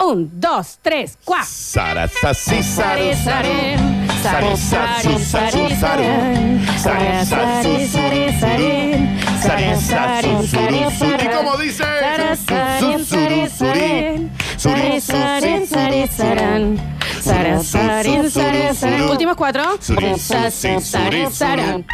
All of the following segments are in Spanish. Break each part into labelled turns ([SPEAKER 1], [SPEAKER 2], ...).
[SPEAKER 1] Un, dos, tres, cuá.
[SPEAKER 2] Sara, sasi,
[SPEAKER 3] Sare,
[SPEAKER 2] saru,
[SPEAKER 3] sare, sare,
[SPEAKER 2] Sare, sasu,
[SPEAKER 3] sare,
[SPEAKER 2] sasu,
[SPEAKER 3] sare,
[SPEAKER 2] saru. Sare,
[SPEAKER 3] sare,
[SPEAKER 2] sasu,
[SPEAKER 3] sare, sare, sare, sare, sare, sare,
[SPEAKER 2] Sare, sasu, suru, suru. ¿Y
[SPEAKER 3] sare.
[SPEAKER 2] cómo dice?
[SPEAKER 3] Sara,
[SPEAKER 2] Su,
[SPEAKER 3] sare,
[SPEAKER 2] su, suru,
[SPEAKER 3] sare,
[SPEAKER 2] suri.
[SPEAKER 3] sare. Sare,
[SPEAKER 2] Suru, su, su,
[SPEAKER 3] sare, sare, saran. Sara, sare, sare, saran.
[SPEAKER 1] Últimas cuatro.
[SPEAKER 2] suri, su, si, suri, suru.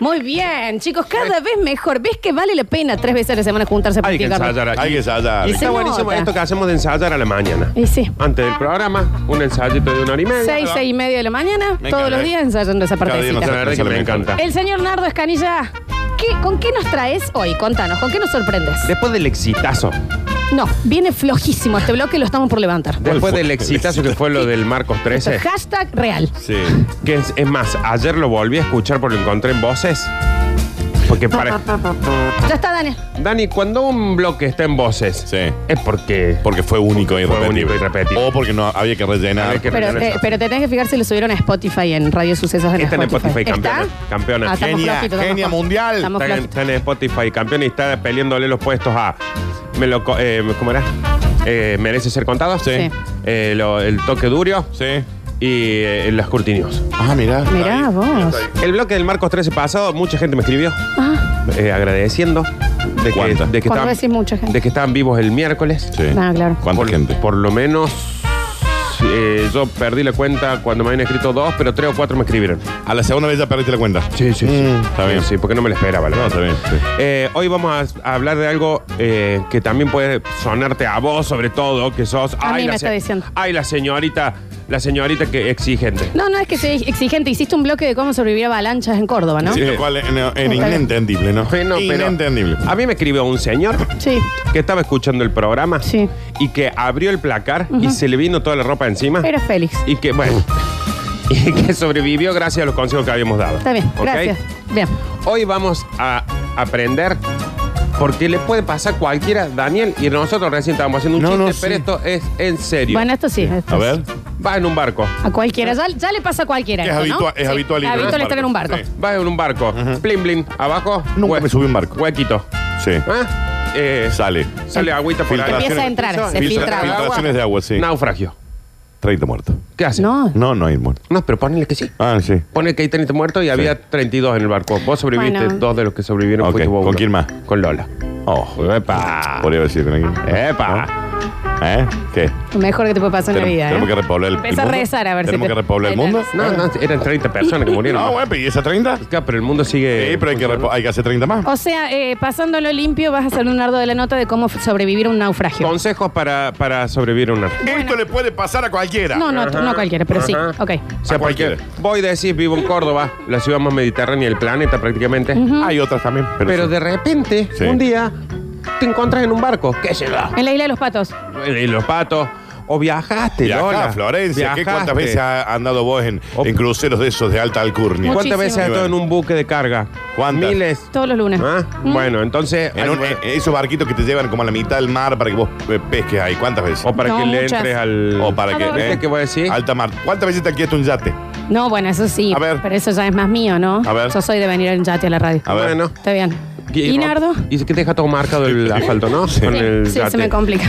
[SPEAKER 1] Muy bien, chicos, cada vez mejor. ¿Ves que vale la pena tres veces a la semana juntarse para
[SPEAKER 4] Hay que
[SPEAKER 1] practicarlo?
[SPEAKER 4] ensayar
[SPEAKER 2] Hay
[SPEAKER 4] aquí.
[SPEAKER 2] que ensayar.
[SPEAKER 4] Y está
[SPEAKER 1] Se
[SPEAKER 4] buenísimo
[SPEAKER 1] nota.
[SPEAKER 4] esto que hacemos de ensayar a la mañana.
[SPEAKER 1] Y Eh, sí.
[SPEAKER 4] Antes del programa, un ensayito de una hora y media.
[SPEAKER 1] Seis, seis y media de la mañana,
[SPEAKER 2] Me
[SPEAKER 1] todos
[SPEAKER 2] encanta. ¿eh?
[SPEAKER 1] los días ensayando esa
[SPEAKER 2] Cada día
[SPEAKER 1] partecita.
[SPEAKER 4] La verdad que me encanta.
[SPEAKER 1] El señor Nardo Escanilla, ¿qué- ¿con qué nos traes hoy? Contanos, ¿con qué nos sorprendes?
[SPEAKER 4] Después del exitazo,
[SPEAKER 1] No, viene flojísimo este bloque, lo estamos por levantar.
[SPEAKER 4] después
[SPEAKER 2] fue
[SPEAKER 4] del
[SPEAKER 2] el
[SPEAKER 4] exitazo que fue lo del Marcos 13,
[SPEAKER 1] Hashtag real.
[SPEAKER 2] Sí.
[SPEAKER 4] que es, es más, ayer lo volví a escuchar porque lo encontré en voces. Porque para.
[SPEAKER 1] Ya está, Daniel.
[SPEAKER 4] Dani, cuando un bloque está en voces,
[SPEAKER 2] Sí.
[SPEAKER 4] es porque.
[SPEAKER 2] Porque fue único y
[SPEAKER 4] Fue
[SPEAKER 2] repetible.
[SPEAKER 4] único y repetible.
[SPEAKER 2] O porque no había que rellenar.
[SPEAKER 4] Había que
[SPEAKER 1] Pero
[SPEAKER 4] rellenar
[SPEAKER 1] te,
[SPEAKER 4] eso.
[SPEAKER 1] pero te tenés que fijar si lo subieron a Spotify en Radio Sucesos en
[SPEAKER 2] Este
[SPEAKER 4] Está en Spotify, campeona,
[SPEAKER 1] ¿Está?
[SPEAKER 4] campeona.
[SPEAKER 1] Ah, estamos
[SPEAKER 2] Genia,
[SPEAKER 1] flojitos,
[SPEAKER 2] genia
[SPEAKER 1] estamos
[SPEAKER 2] mundial.
[SPEAKER 1] Estamos
[SPEAKER 4] Está en,
[SPEAKER 1] flojitos.
[SPEAKER 4] está en Spotify, campeón, y está peleándole los puestos a. Me lo co- eh, ¿Cómo era? Eh, ¿Merece ser contado?
[SPEAKER 1] Sí.
[SPEAKER 4] Eh, lo- el toque duro
[SPEAKER 2] Sí.
[SPEAKER 4] y eh, las curtinios.
[SPEAKER 2] Ah, mirá.
[SPEAKER 1] Mirá
[SPEAKER 2] Ahí.
[SPEAKER 1] vos.
[SPEAKER 4] El bloque del Marcos 13 pasado, mucha gente me escribió
[SPEAKER 1] Ah,
[SPEAKER 4] eh, agradeciendo de que,
[SPEAKER 2] ¿Cuánta?
[SPEAKER 4] de que
[SPEAKER 1] Cuando
[SPEAKER 4] estaban,
[SPEAKER 1] decís mucha gente.
[SPEAKER 4] de que estaban vivos el miércoles.
[SPEAKER 2] Sí.
[SPEAKER 1] Ah, claro.
[SPEAKER 2] ¿Cuánta
[SPEAKER 4] por,
[SPEAKER 2] gente?
[SPEAKER 4] Por lo menos eh, yo perdí la cuenta cuando me habían escrito dos, pero tres o cuatro me escribieron.
[SPEAKER 2] A la segunda vez ya perdiste la cuenta.
[SPEAKER 4] Sí, sí, sí.
[SPEAKER 2] Está bien.
[SPEAKER 4] Sí, porque no me lo esperaba. la
[SPEAKER 2] No,
[SPEAKER 4] verdad.
[SPEAKER 2] está bien. sí.
[SPEAKER 4] Eh, hoy vamos a, a hablar de algo eh, que también puede sonarte a vos, sobre todo, que sos.
[SPEAKER 1] A mí
[SPEAKER 4] la
[SPEAKER 1] me está
[SPEAKER 4] se-
[SPEAKER 1] diciendo.
[SPEAKER 4] Ay, la señorita, la señorita que exigente.
[SPEAKER 1] No, no es que sea exigente. Hiciste un bloque de cómo sobrevivir a avalanchas en Córdoba, ¿no?
[SPEAKER 2] Sí, lo cual en, en inentendible, ¿no?
[SPEAKER 4] Bueno, pero
[SPEAKER 2] inentendible.
[SPEAKER 4] a mí me escribió un señor
[SPEAKER 1] Sí.
[SPEAKER 4] que estaba escuchando el programa
[SPEAKER 1] Sí.
[SPEAKER 4] y que abrió el placar y se le vino toda la ropa encima
[SPEAKER 1] Era Félix.
[SPEAKER 4] y que, bueno, y que sobrevivió gracias a los consejos que habíamos dado.
[SPEAKER 1] Está bien,
[SPEAKER 4] ¿Ok?
[SPEAKER 1] gracias. Bien.
[SPEAKER 4] Hoy vamos a aprender porque le puede pasar a cualquiera, Daniel, y nosotros recién estábamos haciendo un
[SPEAKER 2] No,
[SPEAKER 4] chiste,
[SPEAKER 2] no, sí.
[SPEAKER 4] pero esto es en serio.
[SPEAKER 1] Bueno, esto sí. esto
[SPEAKER 2] A ver.
[SPEAKER 1] sí.
[SPEAKER 4] Va en un barco.
[SPEAKER 1] A cualquiera. Ya, ya le pasa a cualquiera.
[SPEAKER 2] Es
[SPEAKER 1] esto,
[SPEAKER 2] habitua-
[SPEAKER 1] ¿no?
[SPEAKER 2] es habitual ir
[SPEAKER 1] Es
[SPEAKER 2] en
[SPEAKER 1] habitual
[SPEAKER 2] un
[SPEAKER 1] estar en un barco.
[SPEAKER 2] barco,
[SPEAKER 4] Va en un barco. Plin, plin. Abajo.
[SPEAKER 2] Nunca me subí a un barco.
[SPEAKER 4] Huequito.
[SPEAKER 2] Sí.
[SPEAKER 4] ¿Ah? Eh,
[SPEAKER 2] Sale.
[SPEAKER 4] sale agüita por ahí.
[SPEAKER 2] Filtraciones.
[SPEAKER 1] Empieza a entrar, se
[SPEAKER 2] Filtra-
[SPEAKER 1] filtra agua.
[SPEAKER 2] Filtraciones de agua, sí.
[SPEAKER 4] Naufragio.
[SPEAKER 2] 30 muertos.
[SPEAKER 4] ¿Qué hace?
[SPEAKER 1] No.
[SPEAKER 2] No, no hay muertos.
[SPEAKER 4] No, pero ponele que sí.
[SPEAKER 2] Ah, sí.
[SPEAKER 4] Ponele que hay 30 muertos y había 32 en el barco. Vos sobreviviste,
[SPEAKER 1] Bueno.
[SPEAKER 4] dos de los que sobrevivieron
[SPEAKER 2] Ok,
[SPEAKER 4] fuiste vos
[SPEAKER 2] ¿con
[SPEAKER 4] uno.
[SPEAKER 2] quién más?
[SPEAKER 4] Con Lola.
[SPEAKER 2] Oh, epa. Podría decir, tranquilo.
[SPEAKER 4] ¡Epa!
[SPEAKER 2] ¿Eh? ¿Qué?
[SPEAKER 1] Lo mejor que te puede pasar en la
[SPEAKER 2] Tenemos-
[SPEAKER 1] vida.
[SPEAKER 2] tenemos
[SPEAKER 1] ¿eh?
[SPEAKER 2] que repoblar el- el
[SPEAKER 1] Empieza a
[SPEAKER 2] mundo.
[SPEAKER 1] rezar a ver si
[SPEAKER 2] ¿Tenemos
[SPEAKER 1] te-
[SPEAKER 2] que repoblar el
[SPEAKER 1] Ahí está.
[SPEAKER 2] mundo?
[SPEAKER 4] No, no, eran 30 personas que murieron.
[SPEAKER 2] No, bueno, ¿y esa 30?
[SPEAKER 4] Claro, pero el mundo sigue.
[SPEAKER 2] Sí, pero hay que, repo- hay que hacer 30 más.
[SPEAKER 1] O sea, eh, pasándolo limpio, vas a hacer un nardo de la nota de cómo f- sobrevivir a un naufragio.
[SPEAKER 4] Consejos para, para sobrevivir a una.
[SPEAKER 2] Esto le puede pasar a cualquiera.
[SPEAKER 1] No, no,
[SPEAKER 4] Ajá,
[SPEAKER 1] no cualquiera, pero sí.
[SPEAKER 4] ajá.
[SPEAKER 1] Ok.
[SPEAKER 4] O sea,
[SPEAKER 2] A
[SPEAKER 4] porque
[SPEAKER 2] cualquiera.
[SPEAKER 4] voy a decir, vivo en Córdoba, la ciudad más mediterránea del planeta prácticamente.
[SPEAKER 2] Hay otras también. Pero,
[SPEAKER 4] Pero
[SPEAKER 2] sí.
[SPEAKER 4] de repente,
[SPEAKER 2] Sí.
[SPEAKER 4] un día, te encontras en un barco. ¿Qué se da?
[SPEAKER 1] En la isla de los patos.
[SPEAKER 4] En los patos. O viajaste,
[SPEAKER 2] Viajá
[SPEAKER 4] Lola.
[SPEAKER 2] a Florencia. ¿Qué
[SPEAKER 4] Viajaste.
[SPEAKER 2] cuántas veces ha andado vos en,
[SPEAKER 1] Oh.
[SPEAKER 4] O-
[SPEAKER 2] en cruceros de esos de alta alcurnia?
[SPEAKER 1] Muchísimo.
[SPEAKER 4] ¿Cuántas veces has estado en un buque de carga?
[SPEAKER 2] ¿Cuántas?
[SPEAKER 4] Miles.
[SPEAKER 1] Todos los lunes.
[SPEAKER 4] ¿Ah? Bueno, entonces.
[SPEAKER 2] En un-
[SPEAKER 4] hay-
[SPEAKER 2] eh, esos barquitos que te llevan como a la mitad del mar para que vos eh, pesques ahí. ¿Cuántas veces?
[SPEAKER 4] o para
[SPEAKER 1] No,
[SPEAKER 4] que le
[SPEAKER 1] muchas.
[SPEAKER 4] entres al.
[SPEAKER 2] O para
[SPEAKER 1] Ah,
[SPEAKER 2] que. eh,
[SPEAKER 1] no,
[SPEAKER 4] ¿Viste qué voy a decir?
[SPEAKER 2] Alta mar. ¿Cuántas veces te alquilaste un yate?
[SPEAKER 1] No, bueno, eso sí.
[SPEAKER 2] A ver.
[SPEAKER 1] Pero eso ya es más mío, ¿no?
[SPEAKER 2] A ver.
[SPEAKER 1] Yo soy de venir en yate a la radio.
[SPEAKER 2] A ver.
[SPEAKER 4] Bueno.
[SPEAKER 1] Está bien. ¿Y, Nardo?
[SPEAKER 4] Y que te deja todo marcado el asfalto, ¿no? Con
[SPEAKER 1] Sí,
[SPEAKER 4] el
[SPEAKER 1] sí,
[SPEAKER 4] yate.
[SPEAKER 1] se me complica.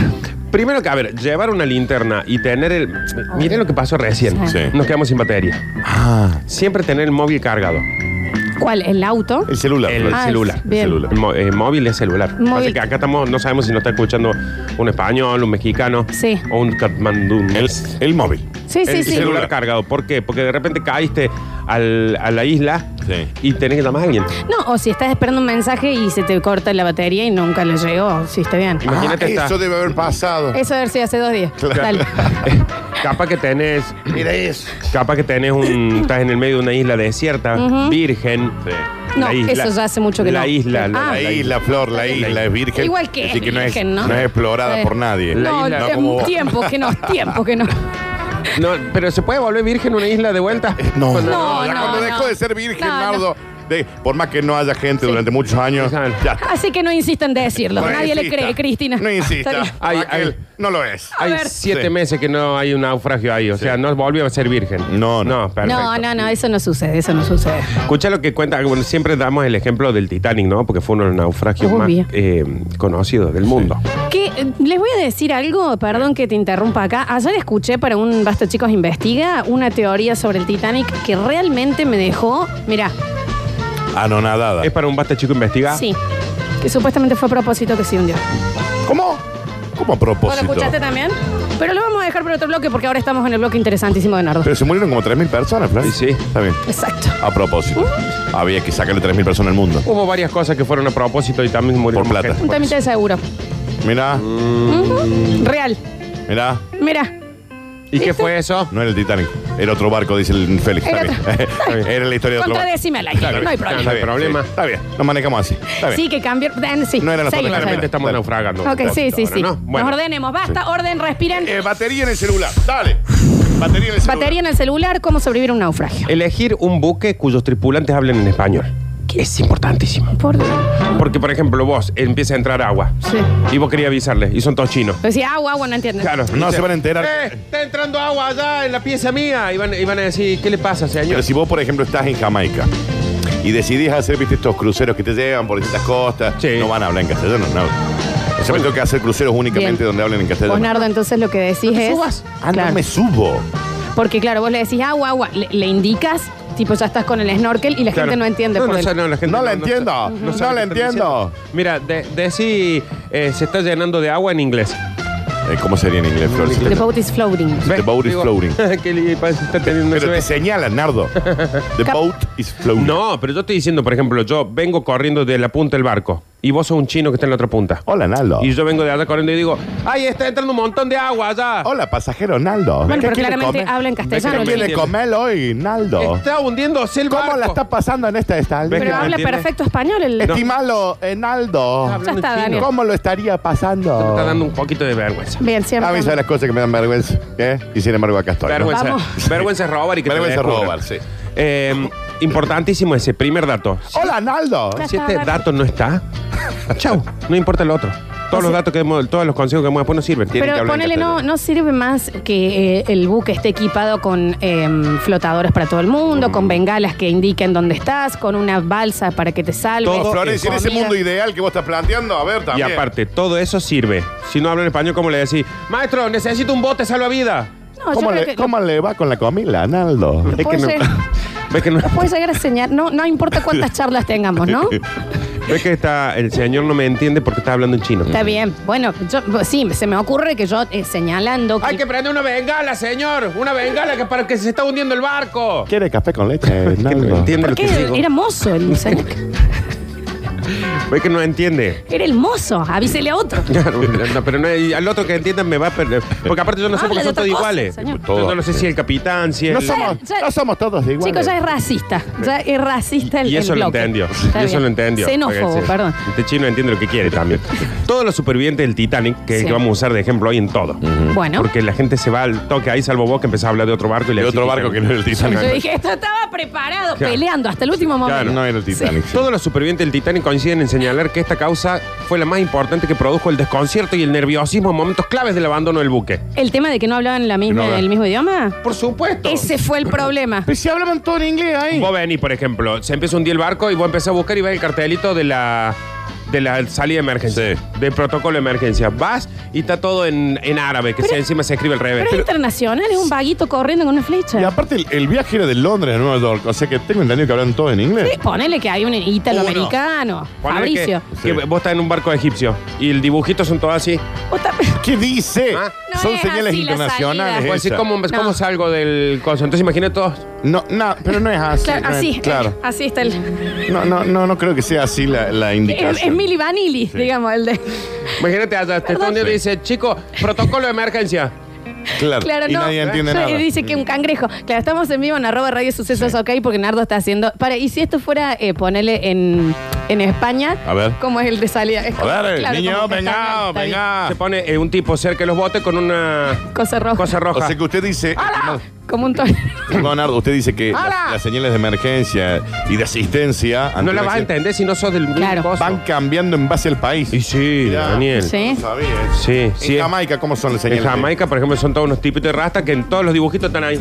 [SPEAKER 4] Primero que, a ver, llevar una linterna y tener el. Miren lo que pasó recién.
[SPEAKER 2] Sí.
[SPEAKER 4] Nos quedamos sin batería.
[SPEAKER 2] Ah.
[SPEAKER 4] Siempre tener el móvil cargado.
[SPEAKER 1] ¿Cuál? ¿El auto?
[SPEAKER 2] El celular.
[SPEAKER 4] El
[SPEAKER 2] Florencia.
[SPEAKER 4] celular.
[SPEAKER 1] Ah, bien.
[SPEAKER 2] El celular.
[SPEAKER 4] El mo- eh, móvil es celular.
[SPEAKER 1] Móvil.
[SPEAKER 4] Así que acá estamos, no sabemos si nos está escuchando un español, un mexicano
[SPEAKER 1] Sí.
[SPEAKER 4] o un Katmandú.
[SPEAKER 1] Ah.
[SPEAKER 2] El, el móvil.
[SPEAKER 1] Sí, sí,
[SPEAKER 4] el
[SPEAKER 1] sí.
[SPEAKER 4] celular cargado. ¿Por qué? Porque de repente caíste al- a la isla
[SPEAKER 2] Sí.
[SPEAKER 4] y tenés que llamar a alguien.
[SPEAKER 1] No, o si estás esperando un mensaje y se te corta la batería y nunca le llegó. Sí, está bien.
[SPEAKER 4] Imagínate
[SPEAKER 2] Ah,
[SPEAKER 4] esta-
[SPEAKER 2] Eso debe haber pasado.
[SPEAKER 1] Eso debe haber sido hace dos días. Dale.
[SPEAKER 4] Capaz que tenés
[SPEAKER 2] Mira eso.
[SPEAKER 4] Capaz que tenés un. estás en el medio de una isla desierta, virgen.
[SPEAKER 1] No,
[SPEAKER 4] La
[SPEAKER 1] eso ya hace mucho que
[SPEAKER 4] la
[SPEAKER 1] no.
[SPEAKER 4] Isla, la,
[SPEAKER 1] Ah.
[SPEAKER 2] La isla, Flor, la isla es virgen.
[SPEAKER 1] Igual que
[SPEAKER 2] Así
[SPEAKER 1] es
[SPEAKER 2] no,
[SPEAKER 1] virgen,
[SPEAKER 2] es,
[SPEAKER 1] ¿no?
[SPEAKER 2] no es explorada
[SPEAKER 1] Sí.
[SPEAKER 2] por nadie.
[SPEAKER 4] La
[SPEAKER 1] No,
[SPEAKER 4] isla,
[SPEAKER 1] eh,
[SPEAKER 2] como vos.
[SPEAKER 1] tiempo que no, tiempo que no.
[SPEAKER 4] No, pero ¿se puede volver virgen una isla de vuelta?
[SPEAKER 2] Eh, No.
[SPEAKER 4] Cuando-
[SPEAKER 1] No, no,
[SPEAKER 2] cuando
[SPEAKER 1] no.
[SPEAKER 2] dejó de ser virgen,
[SPEAKER 1] No, no.
[SPEAKER 2] Nardo, de- por más que no haya gente durante muchos años,
[SPEAKER 4] Déjalo.
[SPEAKER 2] ya está.
[SPEAKER 1] Así que no insistan en decirlo.
[SPEAKER 2] No
[SPEAKER 1] Nadie le
[SPEAKER 2] insista.
[SPEAKER 1] cree, Cristina.
[SPEAKER 2] No insista.
[SPEAKER 1] Está bien.
[SPEAKER 4] Ay,
[SPEAKER 2] Raquel,
[SPEAKER 4] ay.
[SPEAKER 2] No lo es.
[SPEAKER 1] A
[SPEAKER 4] Hay
[SPEAKER 1] ver.
[SPEAKER 4] siete
[SPEAKER 2] Sí.
[SPEAKER 4] meses que no hay un naufragio ahí, o sea, no volvió a ser virgen.
[SPEAKER 2] No, no.
[SPEAKER 4] No, perfecto.
[SPEAKER 1] No, no, no, eso no sucede, eso no sucede.
[SPEAKER 4] Escucha lo que cuenta, bueno, siempre damos el ejemplo del Titanic, ¿no? Porque fue uno de los naufragios
[SPEAKER 1] Obvio.
[SPEAKER 4] más eh, conocidos del mundo.
[SPEAKER 1] Que, eh, les voy a decir algo, perdón que te interrumpa acá. Ayer escuché para un Basta Chicos Investiga una teoría sobre el Titanic que realmente me dejó, mira,
[SPEAKER 4] Ah,
[SPEAKER 2] Anonadada.
[SPEAKER 4] ¿Es para un basta chico investigar?
[SPEAKER 1] sí, que supuestamente fue a propósito que se hundió.
[SPEAKER 2] ¿Cómo? ¿Cómo
[SPEAKER 1] ¿Vos
[SPEAKER 2] a
[SPEAKER 1] lo
[SPEAKER 2] propósito?
[SPEAKER 1] escuchaste también? Pero lo vamos a dejar para otro bloque porque ahora estamos en el bloque interesantísimo de Nardo.
[SPEAKER 2] Pero se murieron como 3.000 personas, Flavio.
[SPEAKER 4] Sí, sí.
[SPEAKER 2] Está bien.
[SPEAKER 1] Exacto.
[SPEAKER 2] A propósito.
[SPEAKER 1] Uh.
[SPEAKER 2] Había que sacarle 3.000 personas al mundo.
[SPEAKER 4] Hubo varias cosas que fueron a propósito y también murieron.
[SPEAKER 2] Por plata.
[SPEAKER 1] Un temita de seguro.
[SPEAKER 2] Mirá,
[SPEAKER 1] Real.
[SPEAKER 2] mirá.
[SPEAKER 1] Mira,
[SPEAKER 4] ¿Y qué fue eso?
[SPEAKER 2] No era el Titanic. Era otro barco, dice el Félix.
[SPEAKER 1] Era
[SPEAKER 2] Está bien. Era la historia de otro barco.
[SPEAKER 1] contradecime al aire.
[SPEAKER 4] Claro,
[SPEAKER 1] no hay
[SPEAKER 4] claro,
[SPEAKER 1] problema.
[SPEAKER 2] Está
[SPEAKER 4] No hay
[SPEAKER 2] bien,
[SPEAKER 4] problema.
[SPEAKER 2] sí, Está bien. Nos manejamos así. Está bien.
[SPEAKER 1] Sí, que cambió. Dan, sí.
[SPEAKER 2] No eran
[SPEAKER 1] Seguimos,
[SPEAKER 2] las otras,
[SPEAKER 1] seguimos.
[SPEAKER 4] Claramente estamos
[SPEAKER 2] Dale.
[SPEAKER 4] naufragando.
[SPEAKER 1] Ok, sí, sí,
[SPEAKER 4] Ahora,
[SPEAKER 1] sí.
[SPEAKER 4] ¿no? Bueno.
[SPEAKER 1] Nos ordenemos. Basta, orden, respiren.
[SPEAKER 2] Eh, batería en el celular. Dale. Batería en el celular.
[SPEAKER 1] Batería en el celular, cómo sobrevivir a un naufragio.
[SPEAKER 4] Elegir un buque cuyos tripulantes hablen en español. Es importantísimo.
[SPEAKER 1] Por...
[SPEAKER 4] Porque, por ejemplo, vos empieza a entrar agua.
[SPEAKER 1] Sí.
[SPEAKER 4] Y vos querías avisarle. Y son todos chinos.
[SPEAKER 1] Decía agua, agua, no entiendo.
[SPEAKER 4] Claro.
[SPEAKER 2] No
[SPEAKER 4] dice,
[SPEAKER 2] se van a enterar.
[SPEAKER 4] "Eh, está entrando agua allá en la pieza mía. Y van, y van a decir, ¿qué le pasa,
[SPEAKER 2] Pero
[SPEAKER 4] señor?
[SPEAKER 2] si vos, por ejemplo, estás en Jamaica y decidís hacer, viste, estos cruceros que te llevan por distintas costas,
[SPEAKER 4] Sí.
[SPEAKER 2] no van a hablar en castellano, no. O sea, me tengo que hacer cruceros únicamente
[SPEAKER 1] Bien.
[SPEAKER 2] donde hablen en castellano.
[SPEAKER 1] Vos, Nardo, entonces lo que decís es.
[SPEAKER 2] Ah,
[SPEAKER 1] Claro.
[SPEAKER 2] no me subo.
[SPEAKER 1] Porque, claro, vos le decís agua, agua. Le, le indicas, tipo, ya estás con el snorkel y la
[SPEAKER 4] Claro.
[SPEAKER 1] gente no entiende.
[SPEAKER 4] No,
[SPEAKER 1] por
[SPEAKER 4] no,
[SPEAKER 1] el-
[SPEAKER 4] sabe, no, la gente
[SPEAKER 2] No la
[SPEAKER 4] sabe-
[SPEAKER 2] entiendo. No
[SPEAKER 4] sabe
[SPEAKER 2] la
[SPEAKER 4] qué están
[SPEAKER 2] entiendo.
[SPEAKER 4] diciendo. Mira, de, decí, eh, se está llenando de agua en inglés.
[SPEAKER 2] Eh, ¿Cómo sería en inglés, Florcita?
[SPEAKER 1] The boat is floating.
[SPEAKER 2] The
[SPEAKER 4] ¿Ves?
[SPEAKER 2] boat is
[SPEAKER 4] Digo,
[SPEAKER 2] floating.
[SPEAKER 4] ¿Qué le pasa? Está teniendo
[SPEAKER 2] Pero
[SPEAKER 4] se
[SPEAKER 2] te
[SPEAKER 4] ve.
[SPEAKER 2] señalan, Nardo. The
[SPEAKER 1] Cap-
[SPEAKER 2] boat is floating.
[SPEAKER 4] No, pero yo estoy diciendo, por ejemplo, yo vengo corriendo de la punta del barco y vos sos un chino que está en la otra punta.
[SPEAKER 2] Hola, Naldo.
[SPEAKER 4] Y yo vengo de allá corriendo y digo, ¡ay, está entrando un montón de agua allá!
[SPEAKER 2] Hola, pasajero, Naldo.
[SPEAKER 1] Bueno, pero
[SPEAKER 2] quiere
[SPEAKER 1] claramente
[SPEAKER 2] comer?
[SPEAKER 1] habla en
[SPEAKER 4] Ve
[SPEAKER 1] castellano.
[SPEAKER 4] que
[SPEAKER 2] ¿Qué
[SPEAKER 1] Lili.
[SPEAKER 2] quiere comer hoy, Naldo?
[SPEAKER 4] Está hundiéndose el barco.
[SPEAKER 2] Oh. ¿Cómo la está pasando en esta
[SPEAKER 4] Ves que
[SPEAKER 1] Pero
[SPEAKER 4] no
[SPEAKER 2] estadía?
[SPEAKER 1] habla
[SPEAKER 4] entiende.
[SPEAKER 1] perfecto español. El...
[SPEAKER 2] Estimalo, eh, Naldo.
[SPEAKER 1] Ya
[SPEAKER 4] hablando
[SPEAKER 1] está,
[SPEAKER 4] en chino.
[SPEAKER 1] Daniel.
[SPEAKER 2] ¿Cómo lo estaría
[SPEAKER 4] Me
[SPEAKER 2] pasando?
[SPEAKER 4] está dando un poquito de vergüenza.
[SPEAKER 1] Bien,
[SPEAKER 2] A mí son
[SPEAKER 1] siempre.
[SPEAKER 2] Ah, las cosas que me dan vergüenza. ¿eh? Y sin embargo, acá estoy. ¿no?
[SPEAKER 4] Vergüenza.
[SPEAKER 1] Vamos.
[SPEAKER 4] Vergüenza es robar y que te
[SPEAKER 2] Vergüenza es
[SPEAKER 4] descubran.
[SPEAKER 2] robar, sí.
[SPEAKER 4] Eh, importantísimo ese primer dato.
[SPEAKER 2] Hola, Naldo.
[SPEAKER 1] Ya
[SPEAKER 4] Si
[SPEAKER 1] está,
[SPEAKER 4] este
[SPEAKER 1] Dani.
[SPEAKER 4] dato no está, chau, no importa el otro. Todos los datos que hemos, todos los consejos que hemos después no sirven.
[SPEAKER 2] Tienen que
[SPEAKER 1] Pero
[SPEAKER 2] hablar en
[SPEAKER 1] ponele, no,
[SPEAKER 2] castellano.
[SPEAKER 1] no sirve más que eh, el buque esté equipado con em, flotadores para todo el mundo,
[SPEAKER 4] Mm.
[SPEAKER 1] con bengalas que indiquen dónde estás, con una balsa para que te salves.
[SPEAKER 4] Todo,
[SPEAKER 2] Florencia, en
[SPEAKER 1] comida.
[SPEAKER 2] ese mundo ideal que vos estás planteando, a ver
[SPEAKER 4] Y
[SPEAKER 2] también.
[SPEAKER 4] aparte, todo eso sirve. Si no hablan español, ¿cómo le decís? Maestro, necesito un bote salvavidas.
[SPEAKER 1] No, yo
[SPEAKER 2] ¿Cómo,
[SPEAKER 1] creo
[SPEAKER 2] le,
[SPEAKER 1] que
[SPEAKER 2] cómo le va con la comida, Naldo?
[SPEAKER 4] Es que
[SPEAKER 1] puede
[SPEAKER 4] no,
[SPEAKER 1] ser.
[SPEAKER 4] ves que no-
[SPEAKER 1] lo puedes llegar a enseñar. No, no importa cuántas charlas tengamos, ¿no?
[SPEAKER 4] ves que está, el señor no me entiende porque está hablando en chino.
[SPEAKER 1] Está bien. Bueno, yo, sí, se me ocurre que yo eh, señalando que,
[SPEAKER 4] Hay que prender una bengala, señor. Una bengala que para que se está hundiendo el barco.
[SPEAKER 2] ¿Quiere café con leche,
[SPEAKER 4] Que no
[SPEAKER 2] Naldo?
[SPEAKER 4] entiende
[SPEAKER 1] ¿Por
[SPEAKER 4] lo que
[SPEAKER 1] qué
[SPEAKER 4] digo.
[SPEAKER 1] era mozo el señor?
[SPEAKER 4] Ves que no entiende.
[SPEAKER 1] Era el mozo, avísele a otro.
[SPEAKER 4] Claro, no, pero no, y al otro que entienda me va a perder. Porque aparte yo no sé
[SPEAKER 1] Habla de
[SPEAKER 4] porque son
[SPEAKER 1] otra
[SPEAKER 4] todos
[SPEAKER 1] cosa,
[SPEAKER 4] iguales.
[SPEAKER 1] señor.
[SPEAKER 4] Yo no lo sé si el capitán, si el...
[SPEAKER 2] No somos,
[SPEAKER 1] Ya- ya-
[SPEAKER 2] no somos todos iguales.
[SPEAKER 1] Chicos, ya es racista. Ya es racista el
[SPEAKER 4] Y eso
[SPEAKER 1] el
[SPEAKER 4] lo
[SPEAKER 1] bloque.
[SPEAKER 4] entendió.
[SPEAKER 1] Está
[SPEAKER 4] Y eso
[SPEAKER 1] bien.
[SPEAKER 4] lo entendió.
[SPEAKER 1] Xenófobo,
[SPEAKER 4] Porque, sí,
[SPEAKER 1] perdón.
[SPEAKER 4] Este chino entiende lo que quiere también. Todos los supervivientes del Titanic, que,
[SPEAKER 1] Sí.
[SPEAKER 4] que vamos a usar de ejemplo hoy en todo.
[SPEAKER 1] Bueno.
[SPEAKER 4] Porque la gente se va al toque ahí, salvo vos que empezás a hablar de otro barco y le
[SPEAKER 2] De
[SPEAKER 4] decís
[SPEAKER 2] otro barco que no era el
[SPEAKER 1] Yo
[SPEAKER 2] Titanic.
[SPEAKER 1] dije, esto estaba preparado,
[SPEAKER 4] Claro.
[SPEAKER 1] peleando hasta el último momento.
[SPEAKER 2] Claro, no era el Titanic. sí.
[SPEAKER 4] Todos los supervivientes del Titanic coinciden en señalar que esta causa fue la más importante que produjo el desconcierto y el nerviosismo en momentos claves del abandono del buque.
[SPEAKER 1] El tema de que no hablaban la misma,
[SPEAKER 2] Que no hablan.
[SPEAKER 1] el mismo idioma,
[SPEAKER 4] Por supuesto.
[SPEAKER 1] ese fue el problema.
[SPEAKER 2] Pero si hablaban todo en inglés ahí.
[SPEAKER 4] Vos venís, por ejemplo, se empieza un día el barco y vos empezás a buscar y ves el cartelito de la de la salida de emergencia,
[SPEAKER 2] Sí.
[SPEAKER 4] del protocolo de emergencia. Vas y está todo en, en árabe, que se- encima se escribe al revés.
[SPEAKER 1] Pero es internacional, es un vaguito corriendo con una
[SPEAKER 2] Y
[SPEAKER 1] flecha.
[SPEAKER 2] aparte, el, el viaje era de Londres a Nueva York. O sea que tengo entendido que hablan todo en inglés.
[SPEAKER 1] Sí, Ponele que hay un italoamericano,
[SPEAKER 4] Ponele que-
[SPEAKER 1] Fabricio.
[SPEAKER 4] Que, vos estás en un barco egipcio y el dibujito son todos así.
[SPEAKER 1] Vos ta-
[SPEAKER 2] ¿Qué dice?
[SPEAKER 4] Ah.
[SPEAKER 1] No
[SPEAKER 2] Son
[SPEAKER 1] es
[SPEAKER 2] señales
[SPEAKER 1] así la
[SPEAKER 2] internacionales.
[SPEAKER 1] salida.
[SPEAKER 4] Pues así,
[SPEAKER 2] esas.
[SPEAKER 4] ¿cómo,
[SPEAKER 1] No.
[SPEAKER 4] ¿cómo salgo del coso? Entonces imagínate todos.
[SPEAKER 2] No, no, pero no es así.
[SPEAKER 1] Claro,
[SPEAKER 2] no es-
[SPEAKER 1] así,
[SPEAKER 2] Claro.
[SPEAKER 1] así está el.
[SPEAKER 2] No, no, no, no creo que sea así la, la indicación.
[SPEAKER 1] Es, es Mili Vanilli, digamos, el de.
[SPEAKER 4] Imagínate allá, te está hundiendo y dice, chico, protocolo de emergencia.
[SPEAKER 2] Claro,
[SPEAKER 1] Claro,
[SPEAKER 2] y
[SPEAKER 1] no.
[SPEAKER 2] nadie entiende
[SPEAKER 1] Sí,
[SPEAKER 2] nada.
[SPEAKER 1] Dice que un cangrejo. Claro, estamos en vivo en arroba radio sucesos, ok, porque Nardo está haciendo. Para, y si esto fuera, eh, ponele en en España.
[SPEAKER 2] A ver.
[SPEAKER 1] ¿Cómo es el de salida? Es
[SPEAKER 2] A ver, eh,
[SPEAKER 1] claro,
[SPEAKER 2] niño,
[SPEAKER 1] como que están
[SPEAKER 2] venga,
[SPEAKER 1] ahí, está
[SPEAKER 2] venga.
[SPEAKER 4] Se pone eh, un tipo cerca de los botes con una
[SPEAKER 1] bien. Cosa roja.
[SPEAKER 4] cosa roja.
[SPEAKER 2] O sea que usted dice.
[SPEAKER 1] Como un toro.
[SPEAKER 2] Leonardo, usted dice que la-
[SPEAKER 4] ¡Hala!
[SPEAKER 2] las señales de emergencia y de asistencia ante
[SPEAKER 4] no la
[SPEAKER 2] un
[SPEAKER 4] vas a
[SPEAKER 2] accidente
[SPEAKER 4] entender si no sos del mismo
[SPEAKER 1] Claro.
[SPEAKER 4] coso.
[SPEAKER 2] van cambiando en base al país.
[SPEAKER 4] Y sí,
[SPEAKER 2] Mirá.
[SPEAKER 4] Daniel.
[SPEAKER 1] Sí.
[SPEAKER 2] No sabía eso.
[SPEAKER 4] Sí, sí.
[SPEAKER 2] En Jamaica, ¿cómo son las señales?
[SPEAKER 4] En Jamaica, por ejemplo, son todos unos tipitos de rasta que en todos los dibujitos están ahí.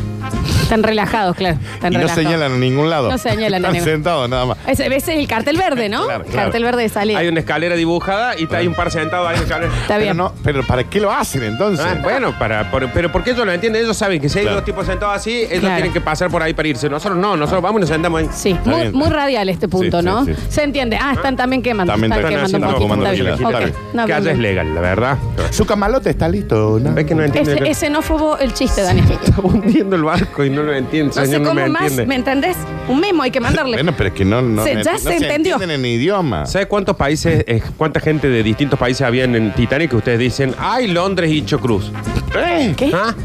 [SPEAKER 1] Están relajados, claro. Están
[SPEAKER 2] Y no
[SPEAKER 1] relajados.
[SPEAKER 2] señalan a ningún lado.
[SPEAKER 1] No señalan a
[SPEAKER 2] Están
[SPEAKER 1] ningún-
[SPEAKER 2] sentados nada más.
[SPEAKER 1] Ese, ese es el cartel verde, ¿no?
[SPEAKER 2] Claro, claro.
[SPEAKER 1] Cartel verde de salida.
[SPEAKER 4] Hay una escalera dibujada y hay un par sentado ahí en la escalera.
[SPEAKER 1] Está
[SPEAKER 2] Pero
[SPEAKER 1] bien.
[SPEAKER 2] no, pero ¿para qué lo hacen entonces?
[SPEAKER 4] Ah, bueno, para, por- pero porque ellos lo entienden, ellos saben que si hay
[SPEAKER 2] Claro.
[SPEAKER 4] dos tipos sentados así, ellos
[SPEAKER 1] Claro.
[SPEAKER 4] tienen que pasar por ahí para irse. Nosotros no, nosotros vamos y nos sentamos ahí.
[SPEAKER 1] Sí,
[SPEAKER 2] Está
[SPEAKER 1] muy,
[SPEAKER 2] bien.
[SPEAKER 1] muy radial este punto,
[SPEAKER 2] Sí, sí,
[SPEAKER 1] ¿no?
[SPEAKER 2] sí.
[SPEAKER 1] Se entiende. Ah, están también quemando.
[SPEAKER 2] También
[SPEAKER 1] están
[SPEAKER 2] están
[SPEAKER 1] quemando un
[SPEAKER 2] haciendo
[SPEAKER 1] poquito.
[SPEAKER 2] comando
[SPEAKER 1] Está bien.
[SPEAKER 2] vigilante.
[SPEAKER 1] Ok.
[SPEAKER 2] Está bien.
[SPEAKER 1] No,
[SPEAKER 4] que allá
[SPEAKER 1] bien,
[SPEAKER 4] es
[SPEAKER 1] bien.
[SPEAKER 4] legal, la verdad.
[SPEAKER 2] Su camalote está listo. ¿no?
[SPEAKER 4] ¿Ves que no entiende?
[SPEAKER 1] Ese, ese no fue el chiste, Daniel.
[SPEAKER 4] Está hundiendo el barco y no lo entiende,
[SPEAKER 1] No sé
[SPEAKER 4] señor, no
[SPEAKER 1] cómo
[SPEAKER 4] me
[SPEAKER 1] más,
[SPEAKER 4] entiende.
[SPEAKER 1] ¿me entendés? Un memo hay que mandarle.
[SPEAKER 2] Bueno, pero es que no, no,
[SPEAKER 1] Se-
[SPEAKER 2] no-
[SPEAKER 1] ya
[SPEAKER 2] no
[SPEAKER 1] se entendió.
[SPEAKER 2] entienden en idioma.
[SPEAKER 4] ¿Sabe cuántos países, eh, cuánta gente de distintos países habían en Titanic que ustedes dicen, ay, Londres y Chocruz?
[SPEAKER 2] ¿Eh?
[SPEAKER 1] ¿Qué?
[SPEAKER 4] ¿Ah?